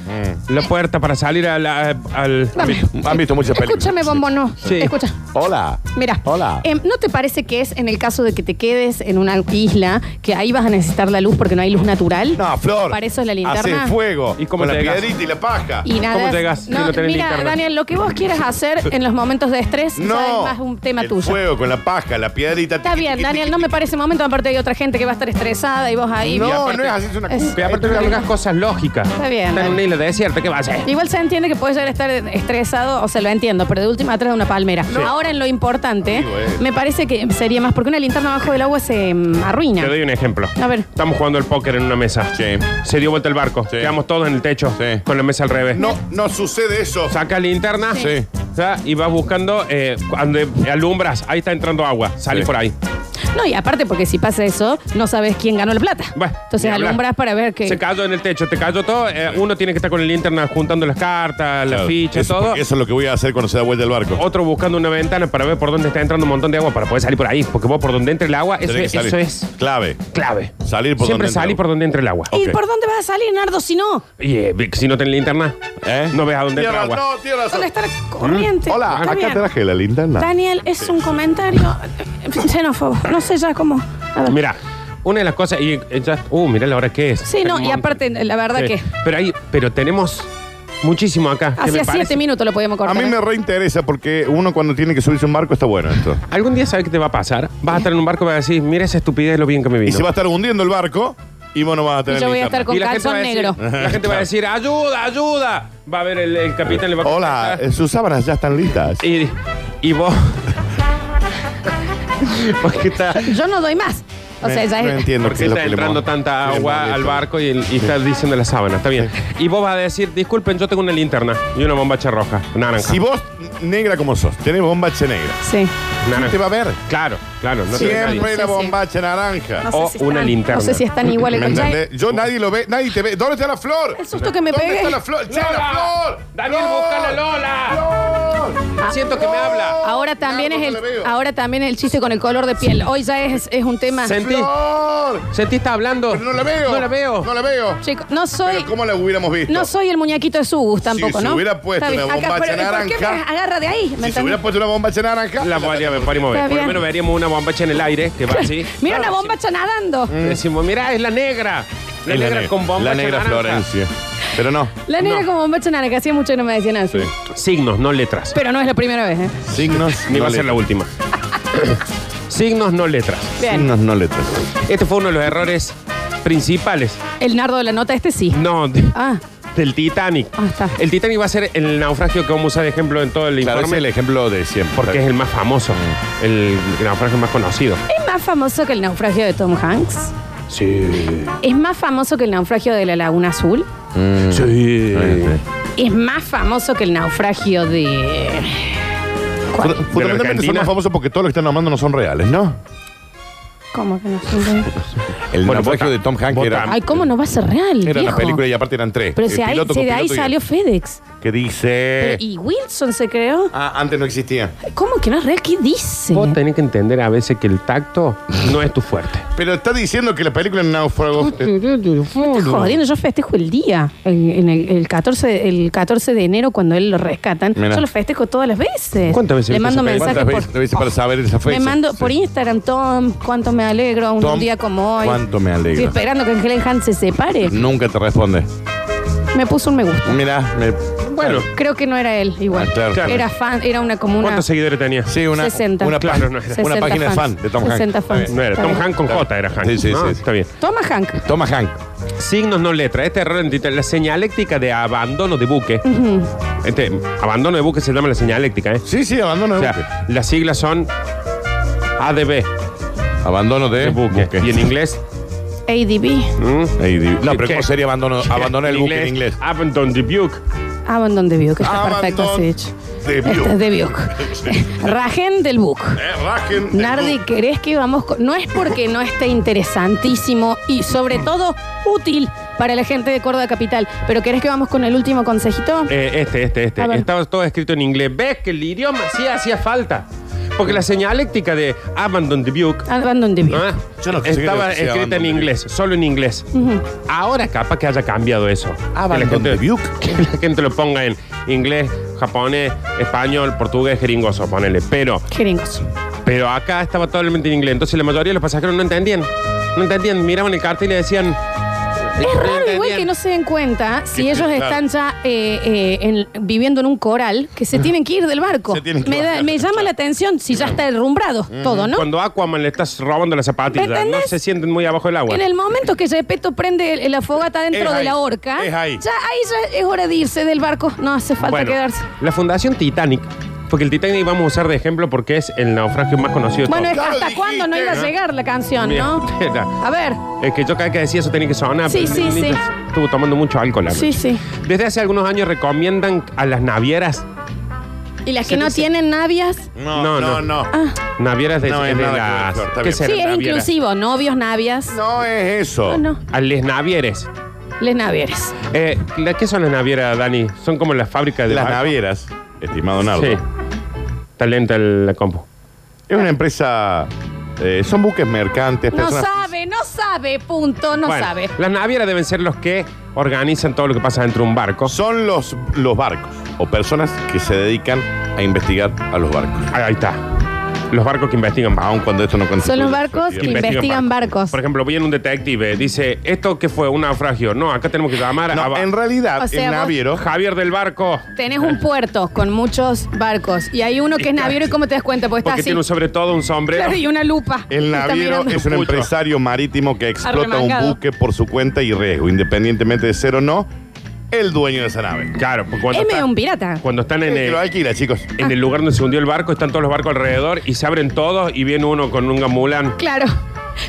[SPEAKER 4] La puerta para salir a la- al.
[SPEAKER 1] Dame.
[SPEAKER 2] Han visto muchas películas.
[SPEAKER 1] Escúchame, bombo, no.
[SPEAKER 4] Sí.
[SPEAKER 1] Escucha.
[SPEAKER 2] Hola.
[SPEAKER 1] Mira,
[SPEAKER 2] Hola.
[SPEAKER 1] em, ¿no te parece que es en el caso de que te quedes en una isla que ahí vas a necesitar la luz porque no hay luz natural?
[SPEAKER 2] No, Flor.
[SPEAKER 1] Para eso es la linterna.
[SPEAKER 2] Hace fuego.
[SPEAKER 4] ¿Y cómo
[SPEAKER 2] con la
[SPEAKER 4] llegas?
[SPEAKER 2] piedrita y la paja.
[SPEAKER 1] Y nada.
[SPEAKER 4] ¿Cómo llegas si no tenés
[SPEAKER 1] mira,
[SPEAKER 4] linterna?
[SPEAKER 1] Daniel, lo que vos quieras hacer en los momentos de estrés
[SPEAKER 2] No.
[SPEAKER 1] ya es más un tema
[SPEAKER 2] el
[SPEAKER 1] tuyo.
[SPEAKER 2] fuego con la paja, la piedrita.
[SPEAKER 1] Está bien, Daniel, no me parece momento, aparte hay otra gente que va a estar estresada y vos ahí.
[SPEAKER 2] No,
[SPEAKER 1] vos-
[SPEAKER 2] no es así, es una
[SPEAKER 1] Es-
[SPEAKER 2] cuca.
[SPEAKER 4] Pero aparte no algunas cosas lógicas.
[SPEAKER 1] Está bien,
[SPEAKER 4] Está en
[SPEAKER 1] dale.
[SPEAKER 4] una isla desierta, ¿qué va a hacer?
[SPEAKER 1] Igual se entiende que puedes llegar a estar estresado, o sea, lo entiendo, pero de última atrás de una palmera. Ahora en lo importante,
[SPEAKER 2] Amigo, eh.
[SPEAKER 1] me parece que sería más, porque una linterna abajo del agua se mm, arruina.
[SPEAKER 4] Te doy un ejemplo.
[SPEAKER 1] A ver.
[SPEAKER 4] Estamos jugando al póker en una mesa.
[SPEAKER 2] Sí.
[SPEAKER 4] Se dio vuelta el barco.
[SPEAKER 2] Sí.
[SPEAKER 4] Quedamos todos en el techo.
[SPEAKER 2] Sí.
[SPEAKER 4] Con la mesa al revés.
[SPEAKER 2] No, no sucede eso.
[SPEAKER 4] Saca linterna.
[SPEAKER 2] Sí.
[SPEAKER 4] ya, Y vas buscando, eh, cuando alumbras, ahí está entrando agua. Salí
[SPEAKER 2] Sí.
[SPEAKER 4] por ahí.
[SPEAKER 1] No, y aparte, porque si pasa eso, no sabes quién ganó la plata.
[SPEAKER 4] Bueno,
[SPEAKER 1] Entonces
[SPEAKER 4] ni hablar.
[SPEAKER 1] alumbras para ver que.
[SPEAKER 4] Se cayó en el techo, te cayó todo. eh, uno tiene que estar con el linterna juntando las cartas, las
[SPEAKER 2] Claro,
[SPEAKER 4] fichas,
[SPEAKER 2] eso,
[SPEAKER 4] todo.
[SPEAKER 2] porque Eso es lo que voy a hacer cuando se da vuelta el barco.
[SPEAKER 4] Otro buscando una ventana para ver por dónde está entrando un montón de agua para poder salir por ahí. Porque vos por donde entre el agua, eso,
[SPEAKER 2] Tenés
[SPEAKER 4] es,
[SPEAKER 2] que
[SPEAKER 4] eso
[SPEAKER 2] salir.
[SPEAKER 4] es
[SPEAKER 2] Clave.
[SPEAKER 4] clave.
[SPEAKER 2] Salir por
[SPEAKER 4] Siempre
[SPEAKER 2] donde entra
[SPEAKER 4] salí
[SPEAKER 2] agua.
[SPEAKER 4] por donde entre el agua.
[SPEAKER 1] ¿Y
[SPEAKER 2] Ok.
[SPEAKER 1] por dónde vas a salir, Nardo, si no?
[SPEAKER 4] Y eh, si no tenés linterna,
[SPEAKER 2] ¿Eh?
[SPEAKER 4] no ves a dónde entra
[SPEAKER 2] Tienes
[SPEAKER 4] agua.
[SPEAKER 2] razón, tienes razón.
[SPEAKER 1] ¿Dónde está la corriente?
[SPEAKER 2] ¿Mm? Hola,
[SPEAKER 1] Está
[SPEAKER 2] acá
[SPEAKER 1] bien.
[SPEAKER 2] traje la linterna.
[SPEAKER 1] Daniel, es un comentario eh, xenófobo. No sé ya cómo. A ver.
[SPEAKER 4] Mira, una de las cosas. Y, eh, ya, uh, mirá la hora que es.
[SPEAKER 1] Sí, no, y aparte, la verdad
[SPEAKER 4] Sí,
[SPEAKER 1] que.
[SPEAKER 4] Pero, ahí, pero tenemos muchísimo acá. que me
[SPEAKER 1] Hacía
[SPEAKER 4] parece-
[SPEAKER 1] siete minutos lo podíamos
[SPEAKER 2] A
[SPEAKER 1] cortar.
[SPEAKER 2] mí
[SPEAKER 1] ¿eh?
[SPEAKER 2] me reinteresa porque uno cuando tiene que subirse a un barco está bueno esto.
[SPEAKER 4] Algún día sabes qué te va a pasar. Vas a estar en un barco y vas a decir, mira esa estupidez lo bien que me
[SPEAKER 2] Y
[SPEAKER 4] vino.
[SPEAKER 2] se va a estar hundiendo el barco y vos no vas a tener
[SPEAKER 1] Y yo voy a
[SPEAKER 2] linterna.
[SPEAKER 1] estar con
[SPEAKER 4] Y la gente
[SPEAKER 1] calzón
[SPEAKER 4] va a decir-
[SPEAKER 1] negro.
[SPEAKER 4] La gente va a decir, ayuda, ayuda. Va a ver el, el capitán, le va a
[SPEAKER 2] Hola, eh, sus sábanas ya están listas.
[SPEAKER 4] Y, y vos. ¿Por qué está,
[SPEAKER 1] Yo no doy más. O
[SPEAKER 2] No-
[SPEAKER 1] sea, ya
[SPEAKER 2] no
[SPEAKER 1] es.
[SPEAKER 2] entiendo
[SPEAKER 4] por
[SPEAKER 2] qué
[SPEAKER 4] qué
[SPEAKER 2] es lo
[SPEAKER 4] está
[SPEAKER 2] que le
[SPEAKER 4] entrando
[SPEAKER 2] mo-
[SPEAKER 4] tanta
[SPEAKER 2] que le
[SPEAKER 4] agua al
[SPEAKER 2] molesta.
[SPEAKER 4] barco y, y está diciendo la sábana? Está bien. Y vos vas a decir, disculpen, yo tengo una linterna y una bombacha roja, naranja.
[SPEAKER 2] Si vos, negra como sos, tenés bombacha negra,
[SPEAKER 1] Sí.
[SPEAKER 4] naranja.
[SPEAKER 2] ¿quién te va a ver?
[SPEAKER 4] Claro, claro. No te ve nadie.
[SPEAKER 2] Siempre
[SPEAKER 1] Sí,
[SPEAKER 2] la
[SPEAKER 1] sí.
[SPEAKER 2] bombacha naranja.
[SPEAKER 1] No sé
[SPEAKER 4] O
[SPEAKER 1] si
[SPEAKER 4] una
[SPEAKER 1] están-
[SPEAKER 4] linterna.
[SPEAKER 1] No sé si están
[SPEAKER 2] ¿Me
[SPEAKER 1] iguales con
[SPEAKER 2] entendés? Yo nadie lo ve, nadie te ve. ¿Dónde está la flor?
[SPEAKER 1] El susto que me
[SPEAKER 2] ¿Dónde
[SPEAKER 1] pegué.
[SPEAKER 2] está la flor? ¡Che, la flor!
[SPEAKER 4] Daniel,
[SPEAKER 2] ¡Flor!
[SPEAKER 4] busca a Lola.
[SPEAKER 2] ¡Flor!
[SPEAKER 4] Siento que me habla.
[SPEAKER 1] Ahora también,
[SPEAKER 2] Nardo,
[SPEAKER 1] es
[SPEAKER 2] no la
[SPEAKER 1] el,
[SPEAKER 2] veo.
[SPEAKER 1] ahora también es el chiste con el color de piel. Hoy ya es, es un tema.
[SPEAKER 4] Sen- Sentí.
[SPEAKER 2] ¡Flor!
[SPEAKER 4] Sentí está hablando.
[SPEAKER 2] Pero no la veo.
[SPEAKER 4] No la veo.
[SPEAKER 2] No la veo.
[SPEAKER 1] Chico, no soy.
[SPEAKER 2] Pero ¿cómo la hubiéramos visto?
[SPEAKER 1] No soy el muñequito de Sugus tampoco,
[SPEAKER 2] Si se
[SPEAKER 1] ¿no?
[SPEAKER 2] hubiera puesto
[SPEAKER 1] Está bien.
[SPEAKER 2] una
[SPEAKER 1] Acá,
[SPEAKER 2] bombacha
[SPEAKER 1] pero, ¿Por qué me
[SPEAKER 2] naranja?
[SPEAKER 1] agarra de ahí? ¿Me
[SPEAKER 2] Si se hubiera
[SPEAKER 1] entendés?
[SPEAKER 2] puesto una bombacha naranja.
[SPEAKER 4] La podría ver, podríamos ver.
[SPEAKER 1] Está
[SPEAKER 4] Por lo
[SPEAKER 1] bien.
[SPEAKER 4] menos veríamos una bombacha en el aire que va así.
[SPEAKER 1] Mira una bombacha nadando.
[SPEAKER 4] Decimos, mira, es la negra. La
[SPEAKER 2] Es
[SPEAKER 4] negra con bombacha.
[SPEAKER 2] La negra
[SPEAKER 4] naranja.
[SPEAKER 2] Florencia. Pero no.
[SPEAKER 1] La negra como bombacha naranja, hacía mucho que no me decían así.
[SPEAKER 4] Signos, no letras.
[SPEAKER 1] Pero no es la primera vez, ¿eh?
[SPEAKER 2] Signos.
[SPEAKER 4] Ni
[SPEAKER 2] no
[SPEAKER 4] va a ser la
[SPEAKER 2] letras.
[SPEAKER 4] última. Signos, no letras.
[SPEAKER 1] Bien.
[SPEAKER 2] Signos, no letras.
[SPEAKER 4] Este fue uno de los errores principales.
[SPEAKER 1] El nardo de la nota, este sí.
[SPEAKER 4] No, de-
[SPEAKER 1] Ah,
[SPEAKER 4] del Titanic.
[SPEAKER 1] Ah, está.
[SPEAKER 4] El Titanic va a ser el naufragio que vamos a usar de ejemplo en todo el
[SPEAKER 2] Claro, ese es
[SPEAKER 4] informe.
[SPEAKER 2] el ejemplo de siempre.
[SPEAKER 4] Porque es el más famoso, el naufragio más conocido.
[SPEAKER 1] ¿es más famoso que el naufragio de Tom Hanks?
[SPEAKER 4] Sí.
[SPEAKER 1] ¿Es más famoso que el naufragio de la Laguna Azul?
[SPEAKER 4] Sí.
[SPEAKER 1] ¿Es más famoso que el naufragio de. ¿Cuál?
[SPEAKER 2] Funda- Fundamentalmente
[SPEAKER 4] Argentina.
[SPEAKER 2] son más famosos porque todos los que están nombrando no son reales, ¿no?
[SPEAKER 1] ¿Cómo que no? sé?
[SPEAKER 2] El
[SPEAKER 4] Bueno,
[SPEAKER 2] naufragio
[SPEAKER 4] vota.
[SPEAKER 2] de Tom Hanks
[SPEAKER 4] Vota.
[SPEAKER 2] era,
[SPEAKER 1] Ay, ¿cómo no va a ser real?
[SPEAKER 2] era una
[SPEAKER 1] viejo?
[SPEAKER 2] película y aparte eran tres.
[SPEAKER 1] Pero
[SPEAKER 2] El
[SPEAKER 1] si, ahí-
[SPEAKER 2] piloto,
[SPEAKER 1] si de ahí
[SPEAKER 2] copiloto y-
[SPEAKER 1] salió FedEx.
[SPEAKER 2] Que dice...
[SPEAKER 1] Pero, ¿Y Wilson se creó?
[SPEAKER 2] Ah, antes no existía.
[SPEAKER 1] ¿Cómo que no es real? ¿Qué dice?
[SPEAKER 4] Vos tenés que entender a veces que el tacto no es tu fuerte.
[SPEAKER 2] Pero está diciendo que la película
[SPEAKER 1] Mm,
[SPEAKER 2] Náufrago...
[SPEAKER 1] Jodiendo, yo festejo el día, en, en el, el 14, de- el 14 de enero cuando él lo rescatan.
[SPEAKER 2] Mirá.
[SPEAKER 1] Yo lo festejo todas las veces.
[SPEAKER 4] ¿Cuántas veces
[SPEAKER 1] Le
[SPEAKER 4] viste
[SPEAKER 1] mando
[SPEAKER 4] esa película?
[SPEAKER 1] mensajes
[SPEAKER 2] ¿Cuántas
[SPEAKER 1] por,
[SPEAKER 2] veces te dice para saber esa fecha?
[SPEAKER 1] me mando por
[SPEAKER 2] Sí.
[SPEAKER 1] Instagram, Tom, cuánto me alegro un
[SPEAKER 2] Tom,
[SPEAKER 1] día como hoy.
[SPEAKER 2] cuánto me alegro.
[SPEAKER 1] Estoy esperando que Helen Hunt se separe.
[SPEAKER 2] Nunca te responde. Mm.
[SPEAKER 1] Me puso un me gusta.
[SPEAKER 2] Mira, me...
[SPEAKER 4] Bueno,
[SPEAKER 1] Creo que no era él igual.
[SPEAKER 2] Ah, claro. Claro.
[SPEAKER 1] Era fan, era una comuna.
[SPEAKER 4] ¿cuántos seguidores tenía?
[SPEAKER 2] Sí, una,
[SPEAKER 1] 60.
[SPEAKER 2] una,
[SPEAKER 4] Claro,
[SPEAKER 2] pá-
[SPEAKER 4] no era.
[SPEAKER 2] una página fan de Tom Hanks.
[SPEAKER 1] 60 fans.
[SPEAKER 4] No era
[SPEAKER 1] Está
[SPEAKER 4] Tom
[SPEAKER 1] bien.
[SPEAKER 4] Hank con J, era Hank.
[SPEAKER 2] Sí, sí,
[SPEAKER 4] ¿no?
[SPEAKER 2] sí.
[SPEAKER 4] Está bien.
[SPEAKER 1] Toma Hank.
[SPEAKER 2] Toma Hank.
[SPEAKER 4] Signos no letra. Este error en Titanic, la señaléctica de abandono de buque. Este abandono de buque se llama la señaléctica, ¿eh?
[SPEAKER 2] Sí, sí, abandono
[SPEAKER 4] O
[SPEAKER 2] de
[SPEAKER 4] sea, las siglas son ADB,
[SPEAKER 2] buque. Abandono de,
[SPEAKER 4] de buque. Y en inglés.
[SPEAKER 1] ADB.
[SPEAKER 4] ¿Mm?
[SPEAKER 2] Ahí di- No, pero
[SPEAKER 4] ¿Qué?
[SPEAKER 2] ¿cómo sería abandono, abandono el buque en inglés?
[SPEAKER 4] Abandon the buque.
[SPEAKER 1] Abandon de Buke. que está
[SPEAKER 2] Abandon
[SPEAKER 1] perfecto así hecho.
[SPEAKER 2] de Buke.
[SPEAKER 1] Este es de Buke. Rajen del Buke.
[SPEAKER 2] Eh, rajen del
[SPEAKER 1] Nardi,
[SPEAKER 2] buque.
[SPEAKER 1] ¿querés que vamos con.? No es porque no esté interesantísimo y, sobre todo, útil para la gente de Córdoba Capital. Pero ¿querés que vamos con el último consejito?
[SPEAKER 4] Eh, este, este, este.
[SPEAKER 1] A ver.
[SPEAKER 4] Estaba todo escrito en inglés. ¿Ves que el idioma sí hacía falta? Porque la señaléctica de Abandon the Buke
[SPEAKER 1] Abandon the View.
[SPEAKER 4] ¿no?
[SPEAKER 2] Yo no sé qué
[SPEAKER 4] estaba
[SPEAKER 2] es que sea
[SPEAKER 4] escrita
[SPEAKER 2] Abandon
[SPEAKER 4] en
[SPEAKER 2] the
[SPEAKER 4] inglés, solo en inglés. Ahora capaz que haya cambiado eso. Que la
[SPEAKER 2] Abandon
[SPEAKER 4] gente-
[SPEAKER 2] the Buke.
[SPEAKER 4] Que la gente lo ponga en inglés, japonés, español, portugués, jeringoso, ponele. Pero,
[SPEAKER 1] Jeringos.
[SPEAKER 4] pero acá estaba totalmente en inglés. Entonces la mayoría de los pasajeros no entendían. No entendían. Miraban el cartel y decían.
[SPEAKER 1] Es raro igual que no se den cuenta si
[SPEAKER 2] Que-
[SPEAKER 1] ellos
[SPEAKER 2] claro.
[SPEAKER 1] están ya eh, eh, en- viviendo en un coral que se tienen que ir del barco.
[SPEAKER 2] Ah. Se tienen que
[SPEAKER 1] me, da-
[SPEAKER 2] bajar.
[SPEAKER 1] me llama la atención si ya está derrumbrado todo, ¿no?
[SPEAKER 4] Cuando Aquaman le estás robando la zapatilla, no
[SPEAKER 1] ¿Entendés?
[SPEAKER 4] se sienten muy abajo del agua.
[SPEAKER 1] En el momento que Repeto prende el- la fogata dentro
[SPEAKER 2] Es
[SPEAKER 1] de
[SPEAKER 2] ahí,
[SPEAKER 1] la horca,
[SPEAKER 2] es
[SPEAKER 1] ya
[SPEAKER 2] ahí.
[SPEAKER 1] ahí ya es hora de irse del barco. No hace falta
[SPEAKER 4] Bueno,
[SPEAKER 1] quedarse.
[SPEAKER 4] La Fundación Titanic, porque el Titanic vamos a usar de ejemplo porque es el naufragio más conocido de
[SPEAKER 1] Bueno, es
[SPEAKER 4] todos.
[SPEAKER 1] que
[SPEAKER 2] Claro,
[SPEAKER 1] hasta
[SPEAKER 2] dijiste,
[SPEAKER 1] cuándo no iba a
[SPEAKER 2] ¿no?
[SPEAKER 1] llegar la canción,
[SPEAKER 4] Bien,
[SPEAKER 1] ¿no?
[SPEAKER 4] era.
[SPEAKER 1] A ver,
[SPEAKER 4] Es que yo cada vez que decía eso tenía que sonar.
[SPEAKER 1] Sí,
[SPEAKER 4] pero
[SPEAKER 1] sí,
[SPEAKER 4] ni- ni-
[SPEAKER 1] sí.
[SPEAKER 4] Estuvo tomando mucho alcohol.
[SPEAKER 1] sí,
[SPEAKER 4] anoche.
[SPEAKER 1] sí.
[SPEAKER 4] Desde hace algunos años recomiendan a las navieras,
[SPEAKER 1] ¿Y las que
[SPEAKER 4] Se
[SPEAKER 1] no
[SPEAKER 4] dice-
[SPEAKER 1] tienen navias?
[SPEAKER 2] No,
[SPEAKER 4] No,
[SPEAKER 2] no, no.
[SPEAKER 4] no.
[SPEAKER 2] No,
[SPEAKER 1] Ah.
[SPEAKER 4] navieras de,
[SPEAKER 2] No,
[SPEAKER 4] de
[SPEAKER 2] es nada que ver,
[SPEAKER 4] las...
[SPEAKER 2] Flor, está
[SPEAKER 4] ¿Qué
[SPEAKER 2] bien.
[SPEAKER 4] serán
[SPEAKER 1] Sí, es
[SPEAKER 4] navieras?
[SPEAKER 1] inclusivo. Novios, navias.
[SPEAKER 2] es eso.
[SPEAKER 1] Ah, no.
[SPEAKER 4] A les navieres.
[SPEAKER 1] Les navieres.
[SPEAKER 2] Este
[SPEAKER 4] Eh, ¿la- ¿Qué son las navieras, Dani? Son como las fábricas de...
[SPEAKER 2] Las
[SPEAKER 4] barcos.
[SPEAKER 2] navieras, estimado Nardo.
[SPEAKER 4] Sí. Talenta el, la compu.
[SPEAKER 2] Es una empresa. eh, son buques mercantes.
[SPEAKER 1] No
[SPEAKER 2] personas-
[SPEAKER 1] sabe, no sabe, punto, no
[SPEAKER 4] Bueno,
[SPEAKER 1] sabe.
[SPEAKER 4] Las navieras deben ser los que organizan todo lo que pasa dentro de un barco.
[SPEAKER 2] Son los, los barcos o personas que se dedican a investigar a los barcos.
[SPEAKER 4] Ahí está. Los barcos que investigan barcos.
[SPEAKER 2] Aun cuando esto no constituye
[SPEAKER 1] Son los barcos
[SPEAKER 2] su
[SPEAKER 1] que
[SPEAKER 2] actividad.
[SPEAKER 1] investigan barcos.
[SPEAKER 4] Por ejemplo, viene un detective, dice, ¿esto qué fue? ¿Un naufragio? No, acá tenemos que llamar
[SPEAKER 2] No,
[SPEAKER 4] a
[SPEAKER 2] en realidad,
[SPEAKER 1] O sea,
[SPEAKER 2] el
[SPEAKER 1] vos-
[SPEAKER 2] naviero.
[SPEAKER 4] Javier del Barco.
[SPEAKER 1] Tenés un puerto con muchos barcos y hay uno que es naviero y ¿cómo te das cuenta? Porque está
[SPEAKER 4] Porque
[SPEAKER 1] así.
[SPEAKER 4] tiene un sobre todo un sombrero.
[SPEAKER 1] Claro, y una lupa.
[SPEAKER 2] El
[SPEAKER 1] Está
[SPEAKER 2] naviero
[SPEAKER 1] mirando.
[SPEAKER 2] es un
[SPEAKER 4] Mucho.
[SPEAKER 2] empresario marítimo que explota un
[SPEAKER 1] Arremangado.
[SPEAKER 2] buque por su cuenta y riesgo, independientemente de ser o no el dueño de esa nave.
[SPEAKER 4] Claro, porque cuando,
[SPEAKER 1] M
[SPEAKER 4] está-
[SPEAKER 1] un pirata.
[SPEAKER 4] cuando están en
[SPEAKER 2] El que
[SPEAKER 4] el,
[SPEAKER 2] lo alquila, chicos.
[SPEAKER 4] en el lugar donde se hundió el barco, están todos los barcos alrededor y se abren todos y viene uno con un gamulán.
[SPEAKER 1] Claro.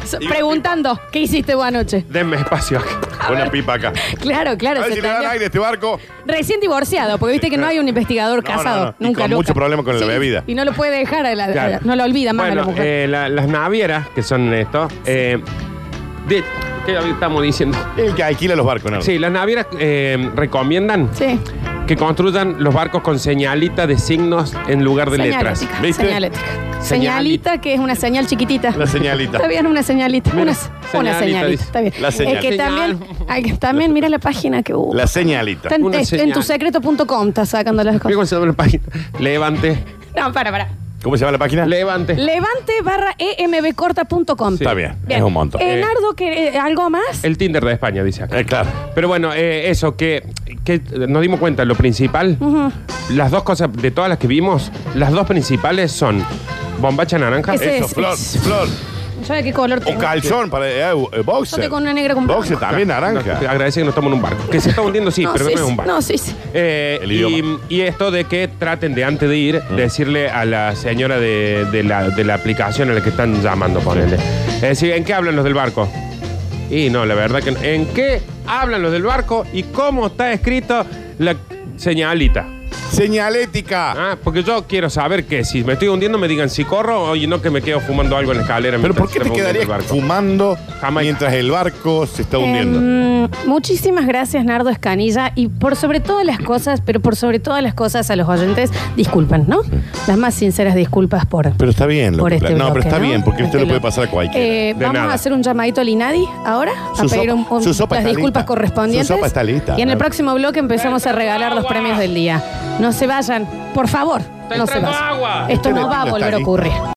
[SPEAKER 1] So- preguntando, ¿qué hiciste vos anoche?
[SPEAKER 4] Denme espacio acá.
[SPEAKER 2] Una pipa acá.
[SPEAKER 1] Claro,
[SPEAKER 2] A
[SPEAKER 1] claro.
[SPEAKER 2] ver
[SPEAKER 1] se
[SPEAKER 2] si le dan
[SPEAKER 1] tenía-
[SPEAKER 2] aire a este barco.
[SPEAKER 1] Recién divorciado, porque viste que no hay un investigador
[SPEAKER 2] No, no,
[SPEAKER 1] casado.
[SPEAKER 2] no. Y
[SPEAKER 1] Nunca,
[SPEAKER 2] con
[SPEAKER 1] nunca.
[SPEAKER 2] mucho problema con la bebida.
[SPEAKER 1] Y no lo puede dejar, a la- a la-
[SPEAKER 4] Claro.
[SPEAKER 1] no lo olvida más a la
[SPEAKER 4] Bueno,
[SPEAKER 1] mujer.
[SPEAKER 4] eh, la- las navieras, que son esto, eh, de- ¿qué estamos diciendo?
[SPEAKER 2] El que alquila los barcos, ¿no?
[SPEAKER 4] Sí, las navieras eh, recomiendan
[SPEAKER 1] sí.
[SPEAKER 4] que construyan los barcos con señalita de signos en lugar de letras.
[SPEAKER 1] Señalética.
[SPEAKER 2] ¿viste?
[SPEAKER 1] Señalética. Señalita, que es una señal chiquitita.
[SPEAKER 2] La señalita.
[SPEAKER 1] Está bien, una señalita.
[SPEAKER 4] Mira,
[SPEAKER 1] una,
[SPEAKER 4] señalita,
[SPEAKER 1] una señalita.
[SPEAKER 4] dice.
[SPEAKER 1] Está bien.
[SPEAKER 2] La señal.
[SPEAKER 1] Es que
[SPEAKER 4] Señal.
[SPEAKER 1] también, ay, que también mira la página que hubo.
[SPEAKER 2] La señalita.
[SPEAKER 1] Está en,
[SPEAKER 4] Una
[SPEAKER 1] es- en
[SPEAKER 4] señal.
[SPEAKER 1] tusecreto.com está sacando las
[SPEAKER 4] Mira
[SPEAKER 1] cosas.
[SPEAKER 4] cómo se llama la página. Levante,
[SPEAKER 1] No, para, para.
[SPEAKER 2] ¿Cómo se llama la página?
[SPEAKER 4] levante.
[SPEAKER 1] Levante barra E embcorta.com.
[SPEAKER 4] Sí.
[SPEAKER 2] Está bien,
[SPEAKER 1] Bien.
[SPEAKER 2] es un montón.
[SPEAKER 1] Eh,
[SPEAKER 4] Eh,
[SPEAKER 1] Nardo, ¿qué- eh, ¿algo más?
[SPEAKER 4] el Tinder de España, dice acá.
[SPEAKER 2] Eh, claro.
[SPEAKER 4] Pero bueno, eh, eso, que, que nos dimos cuenta, lo principal, las dos cosas, de todas las que vimos, las dos principales son bombacha naranja.
[SPEAKER 1] Ese
[SPEAKER 2] Eso,
[SPEAKER 1] es-
[SPEAKER 2] flor,
[SPEAKER 1] es-
[SPEAKER 2] flor.
[SPEAKER 1] Yo de qué color
[SPEAKER 2] O
[SPEAKER 1] tengo.
[SPEAKER 2] calzón para eh, eh,
[SPEAKER 1] Yo
[SPEAKER 2] boxer.
[SPEAKER 1] tengo una negra con
[SPEAKER 2] Boxer también
[SPEAKER 4] No, te
[SPEAKER 2] naranja.
[SPEAKER 4] agradece que no estamos en un barco. Que se está hundiendo, sí,
[SPEAKER 1] No,
[SPEAKER 4] pero
[SPEAKER 1] sí,
[SPEAKER 4] no es
[SPEAKER 1] sí.
[SPEAKER 4] un barco.
[SPEAKER 1] No, sí, sí.
[SPEAKER 4] Eh,
[SPEAKER 2] El idioma. Mm.
[SPEAKER 4] y, y esto de que traten de antes de ir, decirle a la señora de, de la, de la aplicación a la que están llamando, ponele. Es decir, ¿en qué hablan los del barco? Y no, la verdad que no. ¿En qué hablan los del barco y cómo está escrito la señalita?
[SPEAKER 2] Señalética.
[SPEAKER 4] Ah, porque yo quiero saber que si me estoy hundiendo me digan si corro o y no que me quedo fumando algo en la escalera.
[SPEAKER 2] ¿Pero por
[SPEAKER 4] mientras
[SPEAKER 2] qué
[SPEAKER 4] se
[SPEAKER 2] te
[SPEAKER 4] me hunde el
[SPEAKER 2] quedarías
[SPEAKER 4] barco.
[SPEAKER 2] fumando
[SPEAKER 4] Jamaica.
[SPEAKER 2] mientras el barco se está hundiendo?
[SPEAKER 1] Em, muchísimas gracias, Nardo Escanilla. Y por sobre todas las cosas, pero por sobre todas las cosas a los oyentes, disculpen, ¿no? Las más sinceras disculpas por.
[SPEAKER 2] Pero está bien, lo
[SPEAKER 1] por
[SPEAKER 2] que
[SPEAKER 1] este
[SPEAKER 2] plan- No,
[SPEAKER 1] bloque,
[SPEAKER 2] pero está bien, porque
[SPEAKER 1] Este
[SPEAKER 2] esto le puede
[SPEAKER 1] bloque.
[SPEAKER 2] pasar a cualquiera.
[SPEAKER 1] Eh,
[SPEAKER 4] De
[SPEAKER 1] vamos
[SPEAKER 4] nada.
[SPEAKER 1] a hacer un llamadito al INADI ahora a
[SPEAKER 2] Su
[SPEAKER 1] pedir
[SPEAKER 2] sopa-
[SPEAKER 1] un- un-
[SPEAKER 2] su sopa
[SPEAKER 1] las
[SPEAKER 2] está
[SPEAKER 1] disculpas
[SPEAKER 2] lista.
[SPEAKER 1] correspondientes.
[SPEAKER 2] Su sopa está lista.
[SPEAKER 1] Y en el próximo bloque empezamos a regalar los premios del día. No se vayan, por favor,
[SPEAKER 4] Está
[SPEAKER 1] no se
[SPEAKER 4] entrando
[SPEAKER 1] vayan.
[SPEAKER 4] agua.
[SPEAKER 1] Esto
[SPEAKER 2] Este
[SPEAKER 1] no va a
[SPEAKER 2] vecino está
[SPEAKER 1] volver a
[SPEAKER 2] lista.
[SPEAKER 1] ocurrir.